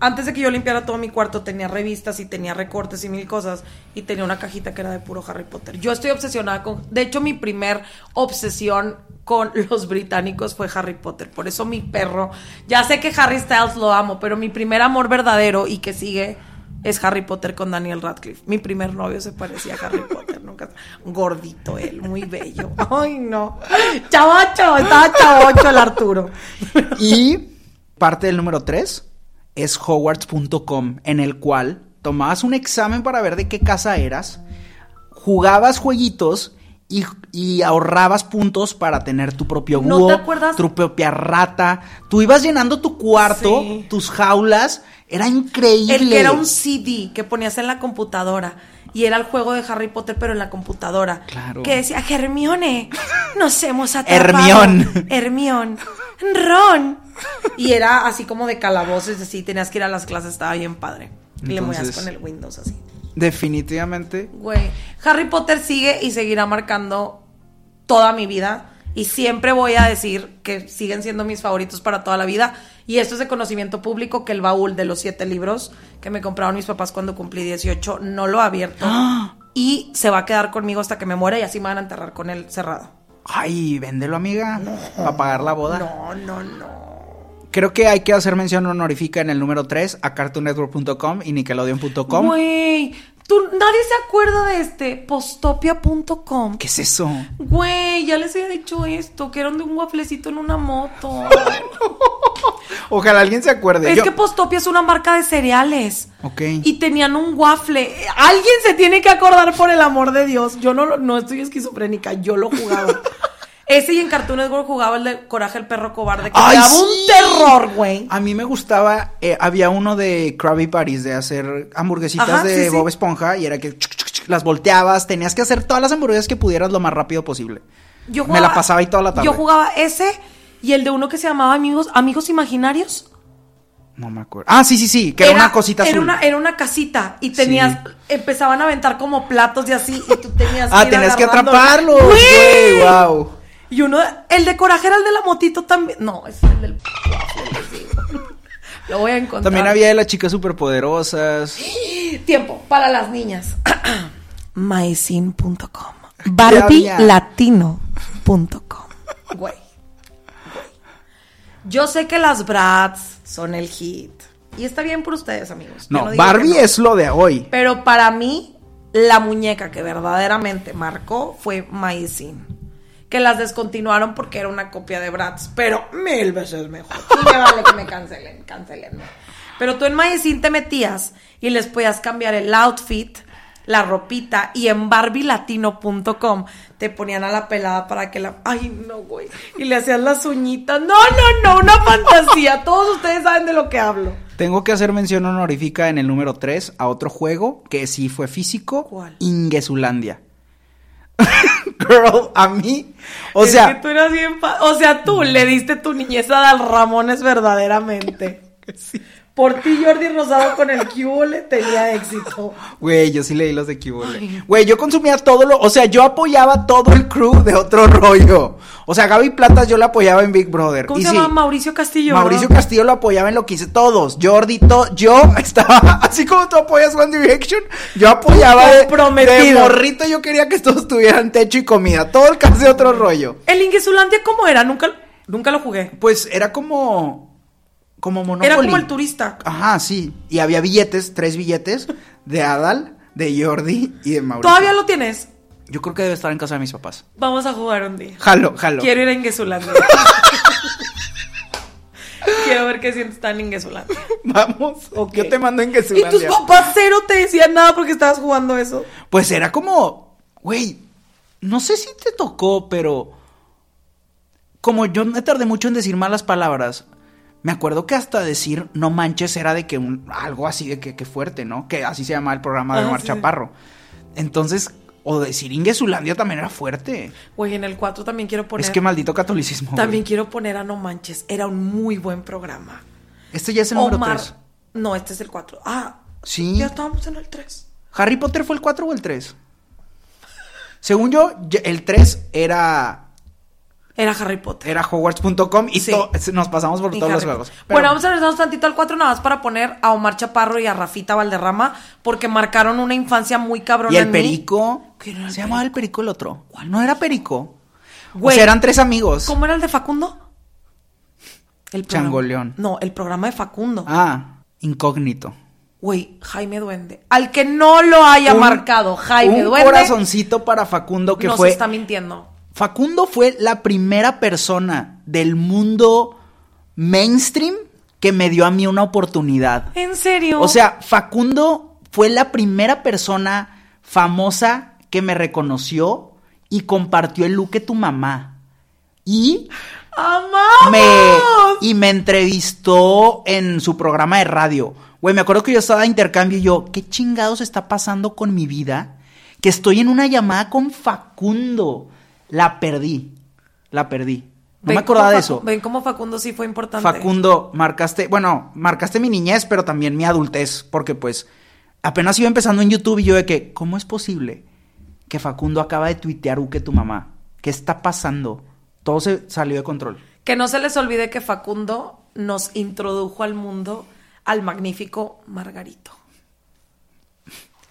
Speaker 2: Antes de que yo limpiara todo mi cuarto, tenía revistas y tenía recortes y mil cosas. Y tenía una cajita que era de puro Harry Potter. Yo estoy obsesionada con. De hecho, mi primer obsesión con los británicos fue Harry Potter. Por eso mi perro. Ya sé que Harry Styles lo amo, pero mi primer amor verdadero y que sigue es Harry Potter con Daniel Radcliffe. Mi primer novio se parecía a Harry Potter, nunca. Gordito él, muy bello. Ay, no. Chavacho, estaba chavocho el Arturo.
Speaker 1: Y parte del número 3 es Hogwarts.com, en el cual tomabas un examen para ver de qué casa eras, jugabas jueguitos y, y ahorrabas puntos para tener tu propio
Speaker 2: ¿No
Speaker 1: búho,
Speaker 2: te acuerdas?
Speaker 1: tu propia rata. Tú ibas llenando tu cuarto,
Speaker 2: Sí.
Speaker 1: tus jaulas, era increíble.
Speaker 2: El que era un CD que ponías en la computadora. Y era el juego de Harry Potter, pero en la computadora.
Speaker 1: Claro.
Speaker 2: Que decía, Hermione, nos hemos atrapado.
Speaker 1: Hermión.
Speaker 2: Hermión. Ron. Y era así como de calabozos, así tenías que ir a las clases, estaba bien padre. Y le movías
Speaker 1: Entonces-
Speaker 2: con el Windows así.
Speaker 1: Definitivamente.
Speaker 2: Güey, Harry Potter sigue y seguirá marcando toda mi vida. Y siempre voy a decir que siguen siendo mis favoritos para toda la vida. Y esto es de conocimiento público que el baúl de los siete libros que me compraron mis papás cuando cumplí 18 no lo ha abierto. Y se va a quedar conmigo hasta que me muera y así me van a enterrar con él cerrado.
Speaker 1: Ay, véndelo, amiga, para pagar la boda.
Speaker 2: No, no, no.
Speaker 1: Creo que hay que hacer mención honorífica en el número 3 a cartoonnetwork.com y nickelodeon.com.
Speaker 2: Güey, tú, nadie se acuerda de este. Postopia.com.
Speaker 1: ¿Qué es eso?
Speaker 2: Güey, ya les había dicho esto, que eran de un guaflecito en una moto.
Speaker 1: Ojalá alguien se acuerde.
Speaker 2: es
Speaker 1: Yo-
Speaker 2: que Postopia es una marca de cereales.
Speaker 1: Ok.
Speaker 2: Y tenían un waffle. Alguien se tiene que acordar por el amor de Dios. Yo no, lo- no estoy esquizofrénica, yo lo jugaba. Ese y en Cartoon Network jugaba el de Coraje el perro cobarde, que
Speaker 1: ¡Ay,
Speaker 2: daba
Speaker 1: sí! Ah,
Speaker 2: un terror, güey.
Speaker 1: A mí me gustaba, eh, había uno de Krabby Patties, de hacer hamburguesitas
Speaker 2: Ajá,
Speaker 1: de
Speaker 2: sí, sí.
Speaker 1: Bob Esponja, y era que chuc, chuc, chuc, las volteabas, tenías que hacer todas las hamburguesas que pudieras lo más rápido posible.
Speaker 2: Yo
Speaker 1: me la pasaba ahí toda la tarde.
Speaker 2: Yo jugaba ese y el de uno que se llamaba Amigos, Amigos Imaginarios.
Speaker 1: No me acuerdo. Ah, sí, sí, sí, que era, una cosita
Speaker 2: era
Speaker 1: azul.
Speaker 2: Una, era una casita y tenías, empezaban a aventar como platos y así, y tú tenías
Speaker 1: Ah,
Speaker 2: ir
Speaker 1: tenías que
Speaker 2: agarrando.
Speaker 1: atraparlos, güey, wow.
Speaker 2: Y uno, el de coraje era el de la motito también. No, ese es el del. les digo. Lo voy a encontrar.
Speaker 1: También había de las chicas superpoderosas.
Speaker 2: ¿Eh? Tiempo para las niñas. Maicin.com.
Speaker 1: había?
Speaker 2: BarbieLatino.com. Güey. Yo sé que las Brats son el hit. Y está bien por ustedes, amigos. Yo
Speaker 1: No,
Speaker 2: digo que
Speaker 1: Barbie
Speaker 2: no.
Speaker 1: es lo de hoy.
Speaker 2: Pero para mí, la muñeca que verdaderamente marcó fue Maicin. Que las descontinuaron porque era una copia de Bratz, pero mil veces mejor. Y me vale que me cancelen, cancelen. Pero tú en Maicin te metías y les podías cambiar el outfit, la ropita, y en barbilatino.com te ponían a la pelada para que la. Ay, no, güey. Y le hacías las uñitas. No, no, no, una fantasía. Todos ustedes saben de lo que hablo.
Speaker 1: Tengo que hacer mención honorífica en el número 3 a otro juego que sí fue físico.
Speaker 2: ¿Cuál?
Speaker 1: Inguesulandia. Girl, a mí. O sea,
Speaker 2: Es que tú eras bien fa- O sea, tú le diste tu niñez a Dal Ramones verdaderamente. Por ti, Jordi Rosado con el cubo le tenía éxito.
Speaker 1: Güey, yo sí leí los de Kibole. Güey, yo consumía todo lo. O sea, yo apoyaba todo el crew de otro rollo. O sea, Gaby Platas yo la apoyaba en Big Brother.
Speaker 2: ¿Cómo
Speaker 1: y
Speaker 2: se
Speaker 1: sí,
Speaker 2: llama? Mauricio Castillo.
Speaker 1: Mauricio
Speaker 2: ¿verdad?
Speaker 1: Castillo lo apoyaba en lo que hice todos. Jordi, todo. Yo estaba. Así como tú apoyas One Direction, yo apoyaba. de- De,
Speaker 2: Comprometido.
Speaker 1: morrito yo quería que todos tuvieran techo y comida. Todo el caso de otro rollo.
Speaker 2: El Inguesulandia, ¿cómo era? Nunca, nunca lo jugué.
Speaker 1: Pues era como. Como Monopoly. Ah,
Speaker 2: Era como el turista.
Speaker 1: Ajá, sí. Y había billetes, tres billetes de Adal, de Jordi y de Mauricio.
Speaker 2: Todavía lo tienes.
Speaker 1: Yo creo que debe estar en casa de mis papás.
Speaker 2: Vamos a jugar un día.
Speaker 1: Jalo, jalo.
Speaker 2: Quiero ir a Inguesulandia. Quiero ver qué sientes tan Inguesulandia.
Speaker 1: Vamos.
Speaker 2: Ok.
Speaker 1: Yo te mando en que se
Speaker 2: Y tus papás cero te decían nada porque estabas jugando eso.
Speaker 1: Pues era como, güey, no sé si te tocó, pero como yo me tardé mucho en decir malas palabras, me acuerdo que hasta decir no manches era de que un- algo así de que, que fuerte, ¿no? Que así se llamaba el programa de
Speaker 2: Ah,
Speaker 1: Omar
Speaker 2: sí.
Speaker 1: Chaparro. Entonces, o decir Inguesulandia también era fuerte.
Speaker 2: Güey, en el 4 también quiero poner.
Speaker 1: Es que maldito catolicismo. güey.
Speaker 2: También quiero poner a No Manches. Era un muy buen programa.
Speaker 1: Este ya es el número
Speaker 2: Omar.
Speaker 1: 3.
Speaker 2: No, este es el 4. Ah,
Speaker 1: Sí.
Speaker 2: ya estábamos en el 3.
Speaker 1: ¿Harry Potter fue el 4 o el 3? Según yo, ya- el 3 era,
Speaker 2: Era Harry Potter.
Speaker 1: era Hogwarts.com y
Speaker 2: Sí.
Speaker 1: to- nos pasamos por
Speaker 2: Y
Speaker 1: todos los
Speaker 2: Harry
Speaker 1: juegos.
Speaker 2: Potter.
Speaker 1: Pero-
Speaker 2: Bueno, vamos a regresarnos tantito al 4 nada más para poner a Omar Chaparro y a Rafita Valderrama porque marcaron una infancia muy cabrona.
Speaker 1: y el
Speaker 2: en mí.
Speaker 1: perico.
Speaker 2: ¿Quién era el
Speaker 1: se llamaba el perico el otro. No era perico. O
Speaker 2: Güey.
Speaker 1: sea, eran tres amigos.
Speaker 2: ¿Cómo era el de Facundo? El programa-
Speaker 1: Changoleón.
Speaker 2: No, el programa de Facundo.
Speaker 1: Ah, incógnito.
Speaker 2: Güey, Jaime Duende. Al que no lo haya
Speaker 1: Un-
Speaker 2: marcado Jaime
Speaker 1: un
Speaker 2: Duende.
Speaker 1: corazoncito para Facundo que
Speaker 2: nos
Speaker 1: fue.
Speaker 2: está mintiendo.
Speaker 1: Facundo fue la primera persona del mundo mainstream que me dio a mí una oportunidad.
Speaker 2: ¿En serio?
Speaker 1: O sea, Facundo fue la primera persona famosa que me reconoció y compartió el look que tu mamá. Y
Speaker 2: ¡Amamos!
Speaker 1: me, y me entrevistó en su programa de radio. Güey, me acuerdo que yo estaba de intercambio y yo, ¿qué chingados está pasando con mi vida? Que estoy en una llamada con Facundo. La perdí. La perdí. No
Speaker 2: Ven
Speaker 1: me acordaba
Speaker 2: cómo
Speaker 1: de
Speaker 2: Facu-
Speaker 1: eso.
Speaker 2: Ven cómo Facundo sí fue importante.
Speaker 1: Facundo, marcaste, bueno, marcaste mi niñez, pero también mi adultez, porque pues apenas iba empezando en YouTube y yo de que, ¿cómo es posible que Facundo acaba de tuitear Uke tu mamá? ¿Qué está pasando? Todo se salió de control.
Speaker 2: Que no se les olvide que Facundo nos introdujo al mundo al magnífico Margarito.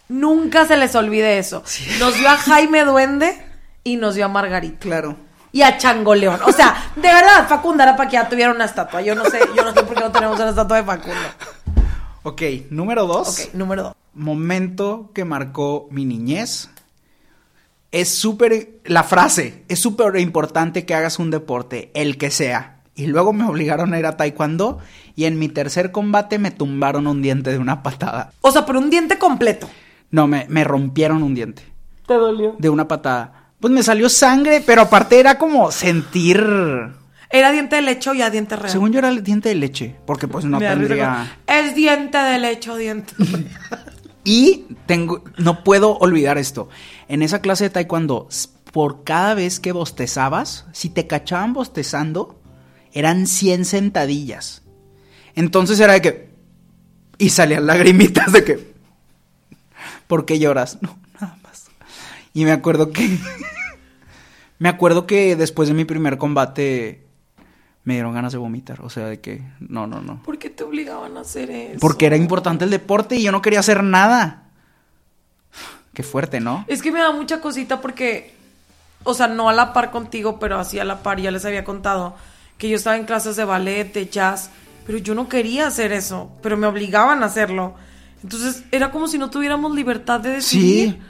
Speaker 2: Nunca se les olvide eso. Nos dio a Jaime Duende y nos dio a Margarito.
Speaker 1: Claro.
Speaker 2: y a Changoleón. O sea, de verdad, Facundo Arapaquia tuviera una estatua. Yo no sé, yo no sé por qué no tenemos una estatua de Facundo.
Speaker 1: Ok, número dos.
Speaker 2: Ok, número dos.
Speaker 1: Momento que marcó mi niñez. Es súper, la frase, es súper importante que hagas un deporte, el que sea. Y luego me obligaron a ir a taekwondo y en mi tercer combate me tumbaron un diente de una patada.
Speaker 2: O sea, por un diente completo.
Speaker 1: No, me, me rompieron un diente
Speaker 2: Te dolió.
Speaker 1: de una patada. Pues me salió sangre, pero aparte era como sentir...
Speaker 2: Era diente de lecho y a diente real.
Speaker 1: Según yo era el diente de leche, porque pues no
Speaker 2: Ah. Me da risa
Speaker 1: tendría...
Speaker 2: como, Es diente de lecho, diente.
Speaker 1: Y tengo, no puedo olvidar esto. En esa clase de taekwondo, s- por cada vez que bostezabas, si te cachaban bostezando, eran 100 sentadillas. Entonces era de que... Y salían lagrimitas de que... ¿Por qué lloras? No, nada más. Y me acuerdo que... me acuerdo que después de mi primer combate me dieron ganas de vomitar. O sea, de que... No, no, no.
Speaker 2: ¿Por qué te obligaban a hacer eso?
Speaker 1: Porque era importante el deporte y yo no quería hacer nada. Qué fuerte, ¿no?
Speaker 2: Es que me da mucha cosita porque, o sea, no a la par contigo, pero así a la par, ya les había contado que yo estaba en clases de ballet, de jazz, pero yo no quería hacer eso, pero me obligaban a hacerlo. Entonces era como si no tuviéramos libertad de decidir.
Speaker 1: Sí.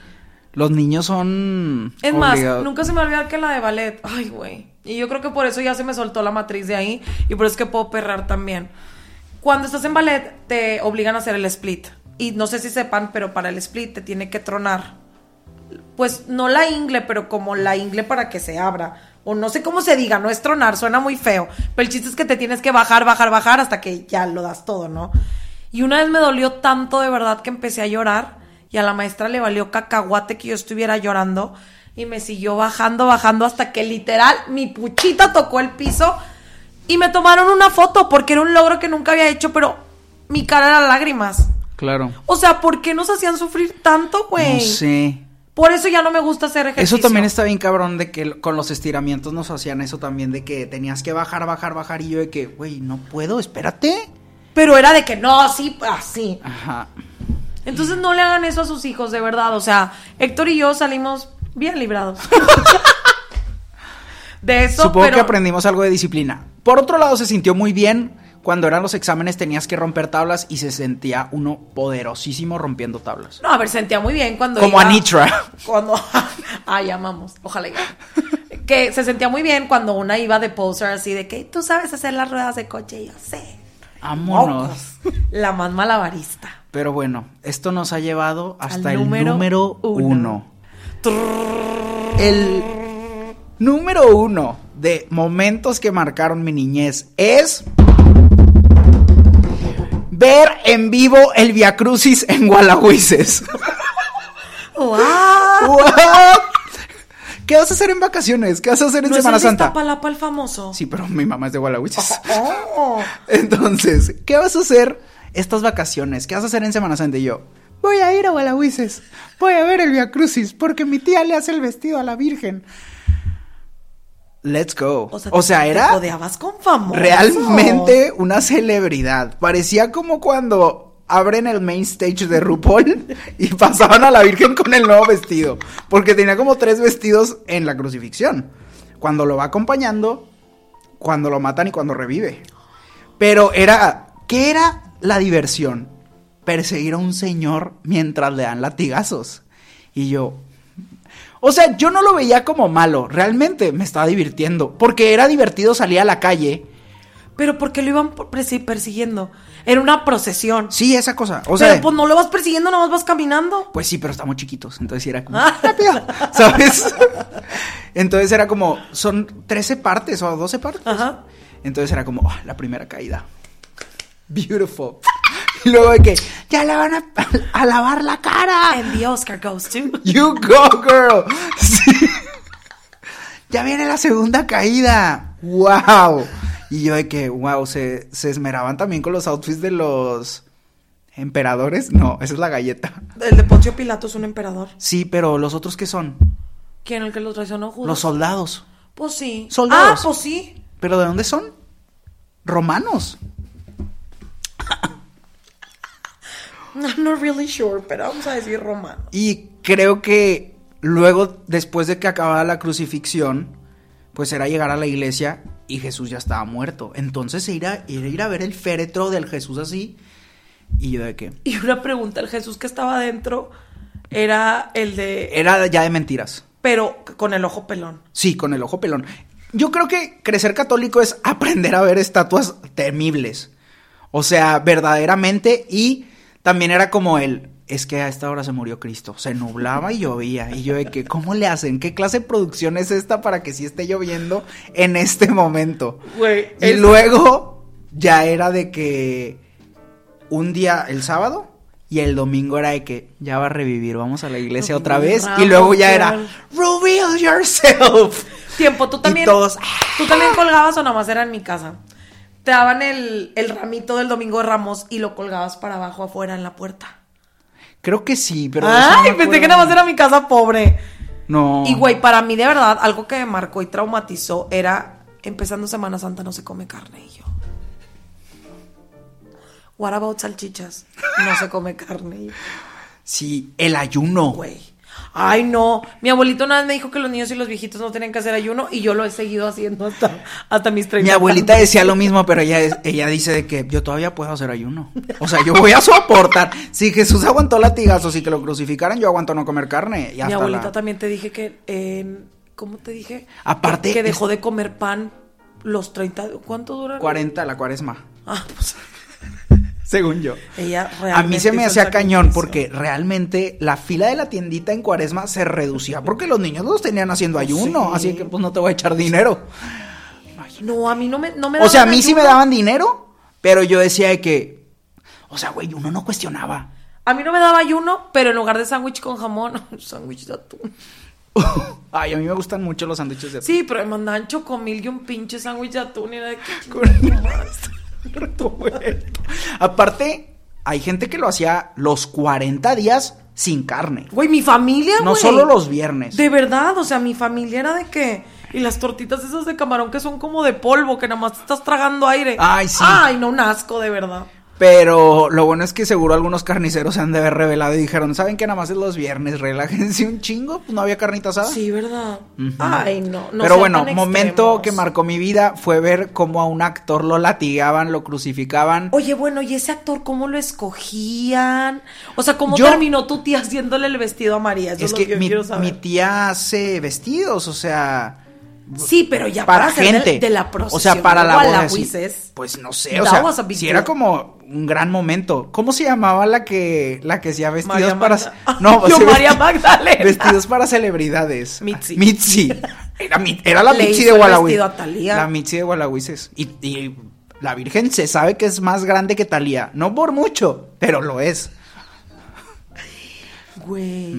Speaker 1: Los niños son.
Speaker 2: Es más,
Speaker 1: obligados.
Speaker 2: nunca se me va a olvidar que la de ballet. Ay, güey. Y yo creo que por eso ya se me soltó la matriz de ahí y por eso es que puedo perrar también. Cuando estás en ballet te obligan a hacer el split. Y no sé si sepan, pero para el split te tiene que tronar. Pues no la ingle, pero como la ingle para que se abra. O no sé cómo se diga, no es tronar, suena muy feo. Pero el chiste es que te tienes que bajar, bajar, bajar hasta que ya lo das todo, ¿no? Y una vez me dolió tanto de verdad que empecé a llorar y a la maestra le valió cacahuate que yo estuviera llorando y me siguió bajando, bajando hasta que literal mi puchita tocó el piso y me tomaron una foto porque era un logro que nunca había hecho, pero mi cara era lágrimas.
Speaker 1: Claro.
Speaker 2: O sea, ¿por qué nos hacían sufrir tanto, güey?
Speaker 1: No sé.
Speaker 2: Por eso ya no me gusta hacer ejercicio.
Speaker 1: Eso también está bien cabrón de que el- con los estiramientos nos hacían eso también de que tenías que bajar, bajar, bajar y yo de que, güey, no puedo, espérate.
Speaker 2: Pero era de que no, sí, así.
Speaker 1: Ajá.
Speaker 2: Entonces no le hagan eso a sus hijos, de verdad. O sea, Héctor y yo salimos bien librados. de eso,
Speaker 1: Supongo
Speaker 2: pero...
Speaker 1: que aprendimos algo de disciplina. Por otro lado, se sintió muy bien. Cuando eran los exámenes tenías que romper tablas y se sentía uno poderosísimo rompiendo tablas.
Speaker 2: No, a ver, sentía muy bien cuando
Speaker 1: Como
Speaker 2: iba-
Speaker 1: Anitra.
Speaker 2: Cuando... Ay, amamos. Ojalá iba. que se sentía muy bien cuando una iba de poser así de que tú sabes hacer las ruedas de coche y yo sé.
Speaker 1: Vámonos.
Speaker 2: Mocos. La más malabarista.
Speaker 1: Pero bueno, esto nos ha llevado hasta
Speaker 2: Al
Speaker 1: el
Speaker 2: número
Speaker 1: número,
Speaker 2: uno.
Speaker 1: uno. El número uno de momentos que marcaron mi niñez es ver en vivo el Via Crucis en Gualahuises.
Speaker 2: ¡Wow!
Speaker 1: What? ¿Qué vas a hacer en vacaciones? ¿Qué vas a hacer en
Speaker 2: ¿No
Speaker 1: Semana
Speaker 2: es el de
Speaker 1: Santa?
Speaker 2: Iztapalapa el famoso?
Speaker 1: Sí, pero mi mamá es de Gualahuises.
Speaker 2: Oh.
Speaker 1: Entonces, ¿qué vas a hacer estas vacaciones? ¿Qué vas a hacer en Semana Santa? Y yo, voy a ir a Gualahuises, voy a ver el Via Crucis, porque mi tía le hace el vestido a la Virgen. Let's go. O sea,
Speaker 2: te- te
Speaker 1: era
Speaker 2: codeabas con famosos.
Speaker 1: realmente una celebridad. Parecía como cuando abren el main stage de RuPaul y pasaban a la Virgen con el nuevo vestido, porque tenía como tres vestidos en la crucifixión. Cuando lo va acompañando, cuando lo matan y cuando revive. Pero era, ¿qué era la diversión? Perseguir a un señor mientras le dan latigazos. Y yo, o sea, yo no lo veía como malo, realmente me estaba divirtiendo, porque era divertido salir a la calle.
Speaker 2: Pero ¿por qué lo iban por- persi- persiguiendo? Era una procesión.
Speaker 1: Sí, esa cosa. O
Speaker 2: pero
Speaker 1: sea,
Speaker 2: pues no lo vas persiguiendo, nomás vas caminando.
Speaker 1: pues sí, pero estamos chiquitos, entonces era como
Speaker 2: Ah.
Speaker 1: rápido, ¿sabes? Entonces era como son 13 partes o 12 partes.
Speaker 2: Ajá.
Speaker 1: Entonces era como ah, la primera caída. Beautiful. Y luego de que ya le van a, a lavar la cara.
Speaker 2: And the Oscar goes to.
Speaker 1: You go, girl. Sí. Ya viene la segunda caída. ¡Wow! Y yo de que, wow, se, se esmeraban también con los outfits de los emperadores. No, esa es la galleta.
Speaker 2: El de Poncio Pilato es un emperador.
Speaker 1: Sí, pero los otros que son?
Speaker 2: ¿Quién el que lo traicionó? Judas.
Speaker 1: Los soldados.
Speaker 2: Pues sí.
Speaker 1: soldados.
Speaker 2: Ah, pues sí.
Speaker 1: ¿Pero de dónde son? Romanos.
Speaker 2: I'm not really sure, pero vamos a decir romano.
Speaker 1: Y creo que luego, después de que acababa la crucifixión, pues era llegar a la iglesia y Jesús ya estaba muerto. Entonces ir a, ir, ir a ver el féretro del Jesús así. Y yo de qué.
Speaker 2: Y una pregunta, el Jesús que estaba adentro era el de...
Speaker 1: Era ya de mentiras.
Speaker 2: Pero con el ojo pelón.
Speaker 1: Sí, con el ojo pelón. Yo creo que crecer católico es aprender a ver estatuas temibles. O sea, verdaderamente. Y también era como el. Es que a esta hora se murió Cristo. Se nublaba y llovía. Y yo de que, ¿cómo le hacen? ¿Qué clase de producción es esta para que sí esté lloviendo en este momento?
Speaker 2: Güey,
Speaker 1: y
Speaker 2: es-
Speaker 1: luego ya era de que un día el sábado y el domingo era de que ya va a revivir, vamos a la iglesia otra
Speaker 2: Domingo de
Speaker 1: vez. Y
Speaker 2: Ramos,
Speaker 1: luego ya
Speaker 2: qué
Speaker 1: era,
Speaker 2: horror.
Speaker 1: reveal yourself.
Speaker 2: Tiempo, tú también...
Speaker 1: Y todos,
Speaker 2: ¿Tú también colgabas o nada más era en mi casa? Te daban el, el ramito del Domingo de Ramos y lo colgabas para abajo afuera en la puerta.
Speaker 1: Creo que sí, pero. de eso no
Speaker 2: Ay,
Speaker 1: me
Speaker 2: pensé que
Speaker 1: acuerdo.
Speaker 2: nada más era mi casa pobre.
Speaker 1: No.
Speaker 2: Y güey, para mí de verdad, algo que me marcó y traumatizó era empezando Semana Santa no se come carne y yo. What about salchichas? No se come carne y yo,
Speaker 1: Sí, el ayuno.
Speaker 2: güey. Ay, no. Mi abuelito una vez me dijo que los niños y los viejitos no tenían que hacer ayuno y yo lo he seguido haciendo hasta, hasta mis 30.
Speaker 1: Mi abuelita
Speaker 2: años.
Speaker 1: decía lo mismo, pero ella, es- ella dice de que yo todavía puedo hacer ayuno. O sea, yo voy a soportar. Si Jesús aguantó latigazos y que lo crucificaran, yo aguanto no comer carne. Y
Speaker 2: Mi
Speaker 1: hasta
Speaker 2: abuelita
Speaker 1: la-
Speaker 2: también te dije que, en- ¿cómo te dije?
Speaker 1: Aparte,
Speaker 2: Que dejó de comer pan los 30, ¿cuánto dura?
Speaker 1: 40 la cuaresma.
Speaker 2: Ah, pues
Speaker 1: Según yo.
Speaker 2: ella
Speaker 1: A mí se
Speaker 2: realmente
Speaker 1: me
Speaker 2: hizo
Speaker 1: hacía
Speaker 2: el
Speaker 1: cañón
Speaker 2: sacrificio.
Speaker 1: porque realmente la fila de la tiendita en cuaresma se reducía porque los niños los tenían haciendo ayuno.
Speaker 2: sí.
Speaker 1: Así que pues no te voy a echar dinero.
Speaker 2: No, a mí no me, no me
Speaker 1: O sea, a
Speaker 2: daban
Speaker 1: mí sí me
Speaker 2: ayuno.
Speaker 1: daban dinero, pero yo decía de que. O sea, güey, uno no cuestionaba.
Speaker 2: A mí no me daba ayuno, pero en lugar de sándwich con jamón, un sándwich de atún.
Speaker 1: Ay, a mí me gustan mucho los sándwiches de
Speaker 2: Sí, pero me mandaban chocomil y un pinche sándwich de atún y era de que
Speaker 1: puerto muerto. Aparte, hay gente que lo hacía los 40 días sin carne.
Speaker 2: Güey, mi familia,
Speaker 1: No
Speaker 2: güey.
Speaker 1: solo los viernes.
Speaker 2: De verdad, o sea, mi familia era de que y las tortitas esas de camarón que son como de polvo, que nada más te estás tragando aire.
Speaker 1: Ay, sí.
Speaker 2: Ay, no, un asco, de verdad.
Speaker 1: Pero lo bueno es que seguro algunos carniceros se han de haber revelado y dijeron, ¿saben que nada más es los viernes? Relájense un chingo, pues no había carnita asada.
Speaker 2: Sí, ¿verdad? Ay, no. no
Speaker 1: Pero
Speaker 2: sean
Speaker 1: bueno,
Speaker 2: tan
Speaker 1: momento
Speaker 2: extremos.
Speaker 1: que marcó mi vida fue ver cómo a un actor lo latigaban, lo crucificaban.
Speaker 2: Oye, bueno, ¿y ese actor cómo lo escogían? O sea, ¿cómo
Speaker 1: Yo-
Speaker 2: terminó tu tía haciéndole el vestido a María? Eso
Speaker 1: es
Speaker 2: es, lo
Speaker 1: que,
Speaker 2: que, yo
Speaker 1: mi,
Speaker 2: quiero
Speaker 1: mi
Speaker 2: saber.
Speaker 1: tía hace vestidos, o sea...
Speaker 2: Sí, pero ya
Speaker 1: para,
Speaker 2: para, ser
Speaker 1: gente.
Speaker 2: De, de la
Speaker 1: O
Speaker 2: procesión.
Speaker 1: sea, para la
Speaker 2: igual
Speaker 1: boda. sí.
Speaker 2: Wiz es-
Speaker 1: Pues no sé, o
Speaker 2: That
Speaker 1: sea,
Speaker 2: was a big
Speaker 1: si
Speaker 2: deal.
Speaker 1: era como un gran momento. ¿Cómo se llamaba la que la que hacía vestidos
Speaker 2: María
Speaker 1: para
Speaker 2: Magda-
Speaker 1: no,
Speaker 2: Yo,
Speaker 1: o sea,
Speaker 2: María Magdalena.
Speaker 1: Vestidos para celebridades.
Speaker 2: Mitzi.
Speaker 1: Mitzi. Era, mi- era la
Speaker 2: Le
Speaker 1: Mitzi
Speaker 2: hizo
Speaker 1: de
Speaker 2: el
Speaker 1: Gualahui.
Speaker 2: vestido a Thalía.
Speaker 1: La Mitzi de Gualahuises. Y, y la Virgen se sabe que es más grande que Talía. No por mucho, pero lo es.
Speaker 2: Güey.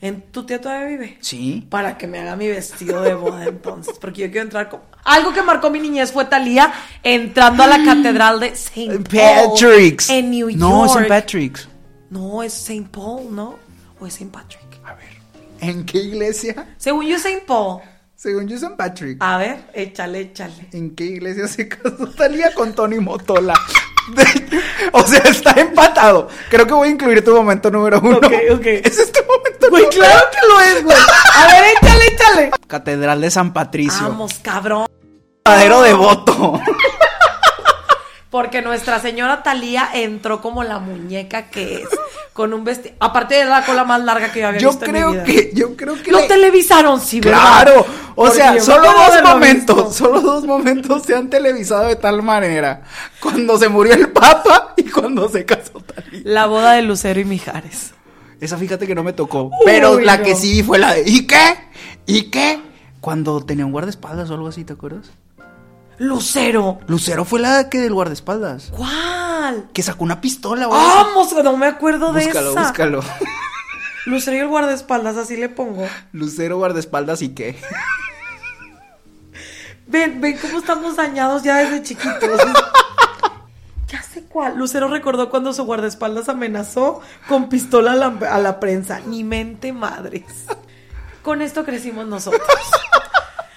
Speaker 2: ¿En tu tía todavía vive?
Speaker 1: Sí.
Speaker 2: Para que me haga mi vestido de boda entonces. Porque yo quiero entrar como. Algo que marcó mi niñez fue Talía entrando a la catedral de St. Paul.
Speaker 1: Mm. Patrick's.
Speaker 2: Oh, En New York.
Speaker 1: No, St. Patrick's.
Speaker 2: No, es St. Paul, ¿no? O es St. Patrick.
Speaker 1: A ver. ¿En qué iglesia?
Speaker 2: Según yo, St. Paul.
Speaker 1: Según yo, St. Patrick.
Speaker 2: A ver, échale, échale.
Speaker 1: ¿En qué iglesia se casó Talía con Tony Motola? De- o sea, está empatado. Creo que voy a incluir tu momento número uno.
Speaker 2: Ok, ok.
Speaker 1: Ese es tu momento
Speaker 2: Güey,
Speaker 1: número
Speaker 2: claro que lo es, güey. A ver, échale, échale.
Speaker 1: Catedral de San Patricio.
Speaker 2: Vamos, cabrón.
Speaker 1: Verdadero devoto.
Speaker 2: Porque nuestra señora Talía entró como la muñeca que es, con un vestido. Aparte de la cola más larga que yo había
Speaker 1: Yo
Speaker 2: visto. en mi
Speaker 1: creo
Speaker 2: vida.
Speaker 1: que, yo creo que.
Speaker 2: Lo
Speaker 1: le-
Speaker 2: televisaron, sí, ¿verdad?
Speaker 1: Claro. O
Speaker 2: Porque
Speaker 1: sea,
Speaker 2: yo
Speaker 1: solo
Speaker 2: me acuerdo
Speaker 1: dos
Speaker 2: haberlo
Speaker 1: momentos.
Speaker 2: visto.
Speaker 1: Solo dos momentos se han televisado de tal manera. Cuando se murió el Papa y cuando se casó Talía.
Speaker 2: La boda de Lucero y Mijares.
Speaker 1: Esa fíjate que no me tocó. Pero
Speaker 2: Uy,
Speaker 1: la
Speaker 2: no.
Speaker 1: que sí vi fue la de ¿Y qué? ¿Y qué? Cuando tenía un guardaespaldas o algo así, ¿te acuerdas?
Speaker 2: Lucero.
Speaker 1: Lucero fue la que del guardaespaldas.
Speaker 2: ¿Cuál?
Speaker 1: Que sacó una pistola, güey.
Speaker 2: Vamos, no me acuerdo Ah, de
Speaker 1: Búscalo,
Speaker 2: esa.
Speaker 1: búscalo.
Speaker 2: Lucero y el guardaespaldas, así le pongo.
Speaker 1: Lucero guardaespaldas y qué.
Speaker 2: Ven, ven cómo estamos dañados ya desde chiquitos. ya sé cuál. Lucero recordó cuando su guardaespaldas amenazó con pistola a la, a la prensa. Ni mente madres. Con esto crecimos nosotros.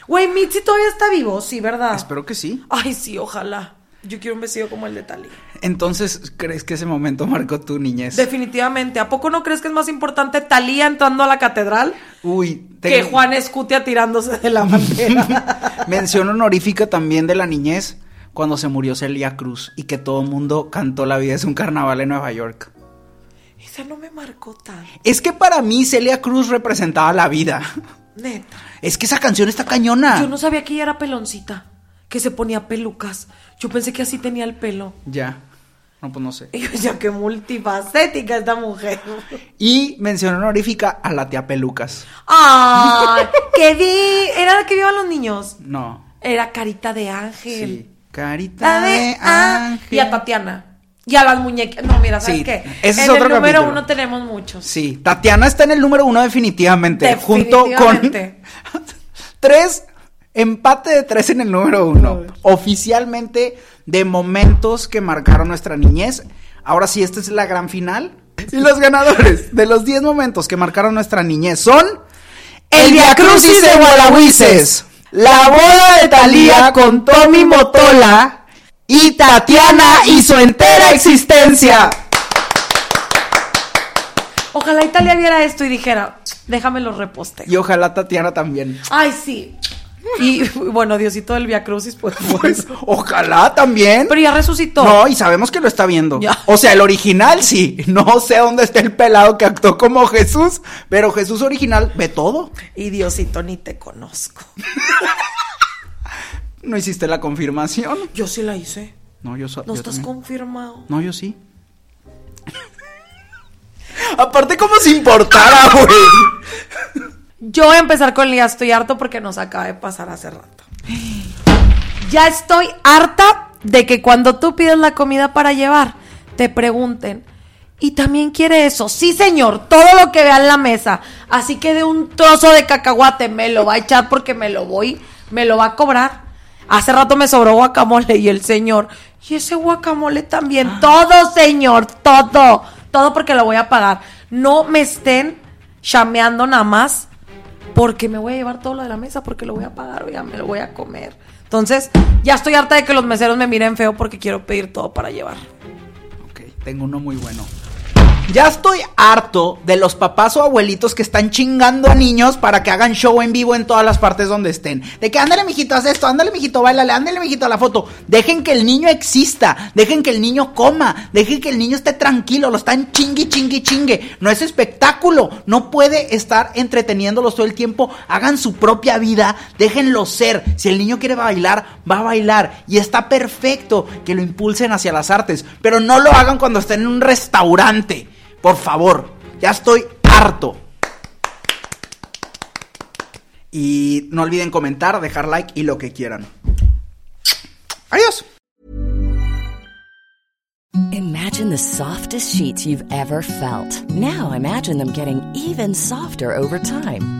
Speaker 2: Güey, Mitzi todavía está vivo, sí, ¿verdad?
Speaker 1: Espero que sí.
Speaker 2: Ay, sí, ojalá. Yo quiero un vestido como el de Talía.
Speaker 1: Entonces, ¿crees que ese momento marcó tu niñez?
Speaker 2: Definitivamente. ¿A poco no crees que es más importante Talía entrando a la catedral
Speaker 1: Uy, te-
Speaker 2: que Juan Escutia tirándose de la bandera?
Speaker 1: Mención honorífica también de la niñez cuando se murió Celia Cruz y que todo el mundo cantó La vida es un carnaval en Nueva York.
Speaker 2: Esa no me marcó tanto.
Speaker 1: Es que para mí Celia Cruz representaba la vida.
Speaker 2: Neta.
Speaker 1: Es que esa canción está cañona.
Speaker 2: Yo no sabía que ella era peloncita, que se ponía pelucas. Yo pensé que así tenía el pelo.
Speaker 1: Ya. No, pues no sé.
Speaker 2: Y yo, ya que multifacética esta mujer.
Speaker 1: Y mención honorífica a la tía Pelucas.
Speaker 2: ¡Ay! que vi! Era la que vio a los niños.
Speaker 1: No.
Speaker 2: Era carita de ángel.
Speaker 1: Sí. Carita
Speaker 2: La
Speaker 1: de
Speaker 2: de ah,
Speaker 1: ángel.
Speaker 2: Y a Tatiana. Y a las muñecas. No, mira, ¿sabes
Speaker 1: Sí,
Speaker 2: qué?
Speaker 1: ese es
Speaker 2: en
Speaker 1: otro
Speaker 2: el número
Speaker 1: capítulo.
Speaker 2: uno tenemos muchos.
Speaker 1: Sí, Tatiana está en el número uno definitivamente.
Speaker 2: Definitivamente.
Speaker 1: Junto con tres, empate de tres en el número uno. Oficialmente de momentos que marcaron nuestra niñez. Ahora sí, esta es la gran final. Y los ganadores de los 10 momentos que marcaron nuestra niñez son...
Speaker 2: El Via Crucis de
Speaker 1: Guadaluces, la boda de Talía con Tommy Motola y Tatiana y su entera existencia.
Speaker 2: Ojalá Italia viera esto y dijera, déjame los reposte.
Speaker 1: Y ojalá Tatiana también.
Speaker 2: Ay, sí. Y bueno, Diosito del Via Crucis, pues.
Speaker 1: Pues ojalá también.
Speaker 2: Pero ya resucitó.
Speaker 1: No, y sabemos que lo está viendo.
Speaker 2: Ya.
Speaker 1: O sea, el original sí. No sé dónde está el pelado que actuó como Jesús, pero Jesús original ve todo.
Speaker 2: Y Diosito, ni te conozco.
Speaker 1: No hiciste la confirmación.
Speaker 2: Yo sí la hice.
Speaker 1: No, yo so-
Speaker 2: No
Speaker 1: yo
Speaker 2: estás
Speaker 1: también.
Speaker 2: confirmado.
Speaker 1: No, yo sí. Aparte, como si importara, güey.
Speaker 2: Yo voy a empezar con el ya estoy harto porque nos acaba de pasar hace rato. Ya estoy harta de que cuando tú pides la comida para llevar, te pregunten, ¿y también quiere eso? Sí, señor, todo lo que vea en la mesa. Así que de un trozo de cacahuate me lo va a echar porque me lo voy, me lo va a cobrar. Hace rato me sobró guacamole y el señor, y ese guacamole también, todo, señor, todo, todo porque lo voy a pagar. No me estén chameando nada más porque me voy a llevar todo lo de la mesa, porque lo voy a pagar, oiga, me lo voy a comer. Entonces, ya estoy harta de que los meseros me miren feo porque quiero pedir todo para llevar.
Speaker 1: Ok, tengo uno muy bueno. Ya estoy harto de los papás o abuelitos que están chingando a niños para que hagan show en vivo en todas las partes donde estén. De que ándale, mijito, haz esto, ándale, mijito, bailale, ándale, mijito, a la foto. Dejen que el niño exista, dejen que el niño coma, dejen que el niño esté tranquilo, lo están chingui, chingui, chingue. No es espectáculo, no puede estar entreteniéndolos todo el tiempo. Hagan su propia vida, déjenlo ser. Si el niño quiere bailar, va a bailar. Y está perfecto que lo impulsen hacia las artes, pero no lo hagan cuando estén en un restaurante. Por favor, ya estoy harto. Y no olviden comentar, dejar like y lo que quieran. Adiós.
Speaker 3: Imagine the softest sheets you've ever felt. Now imagine them getting even softer over time.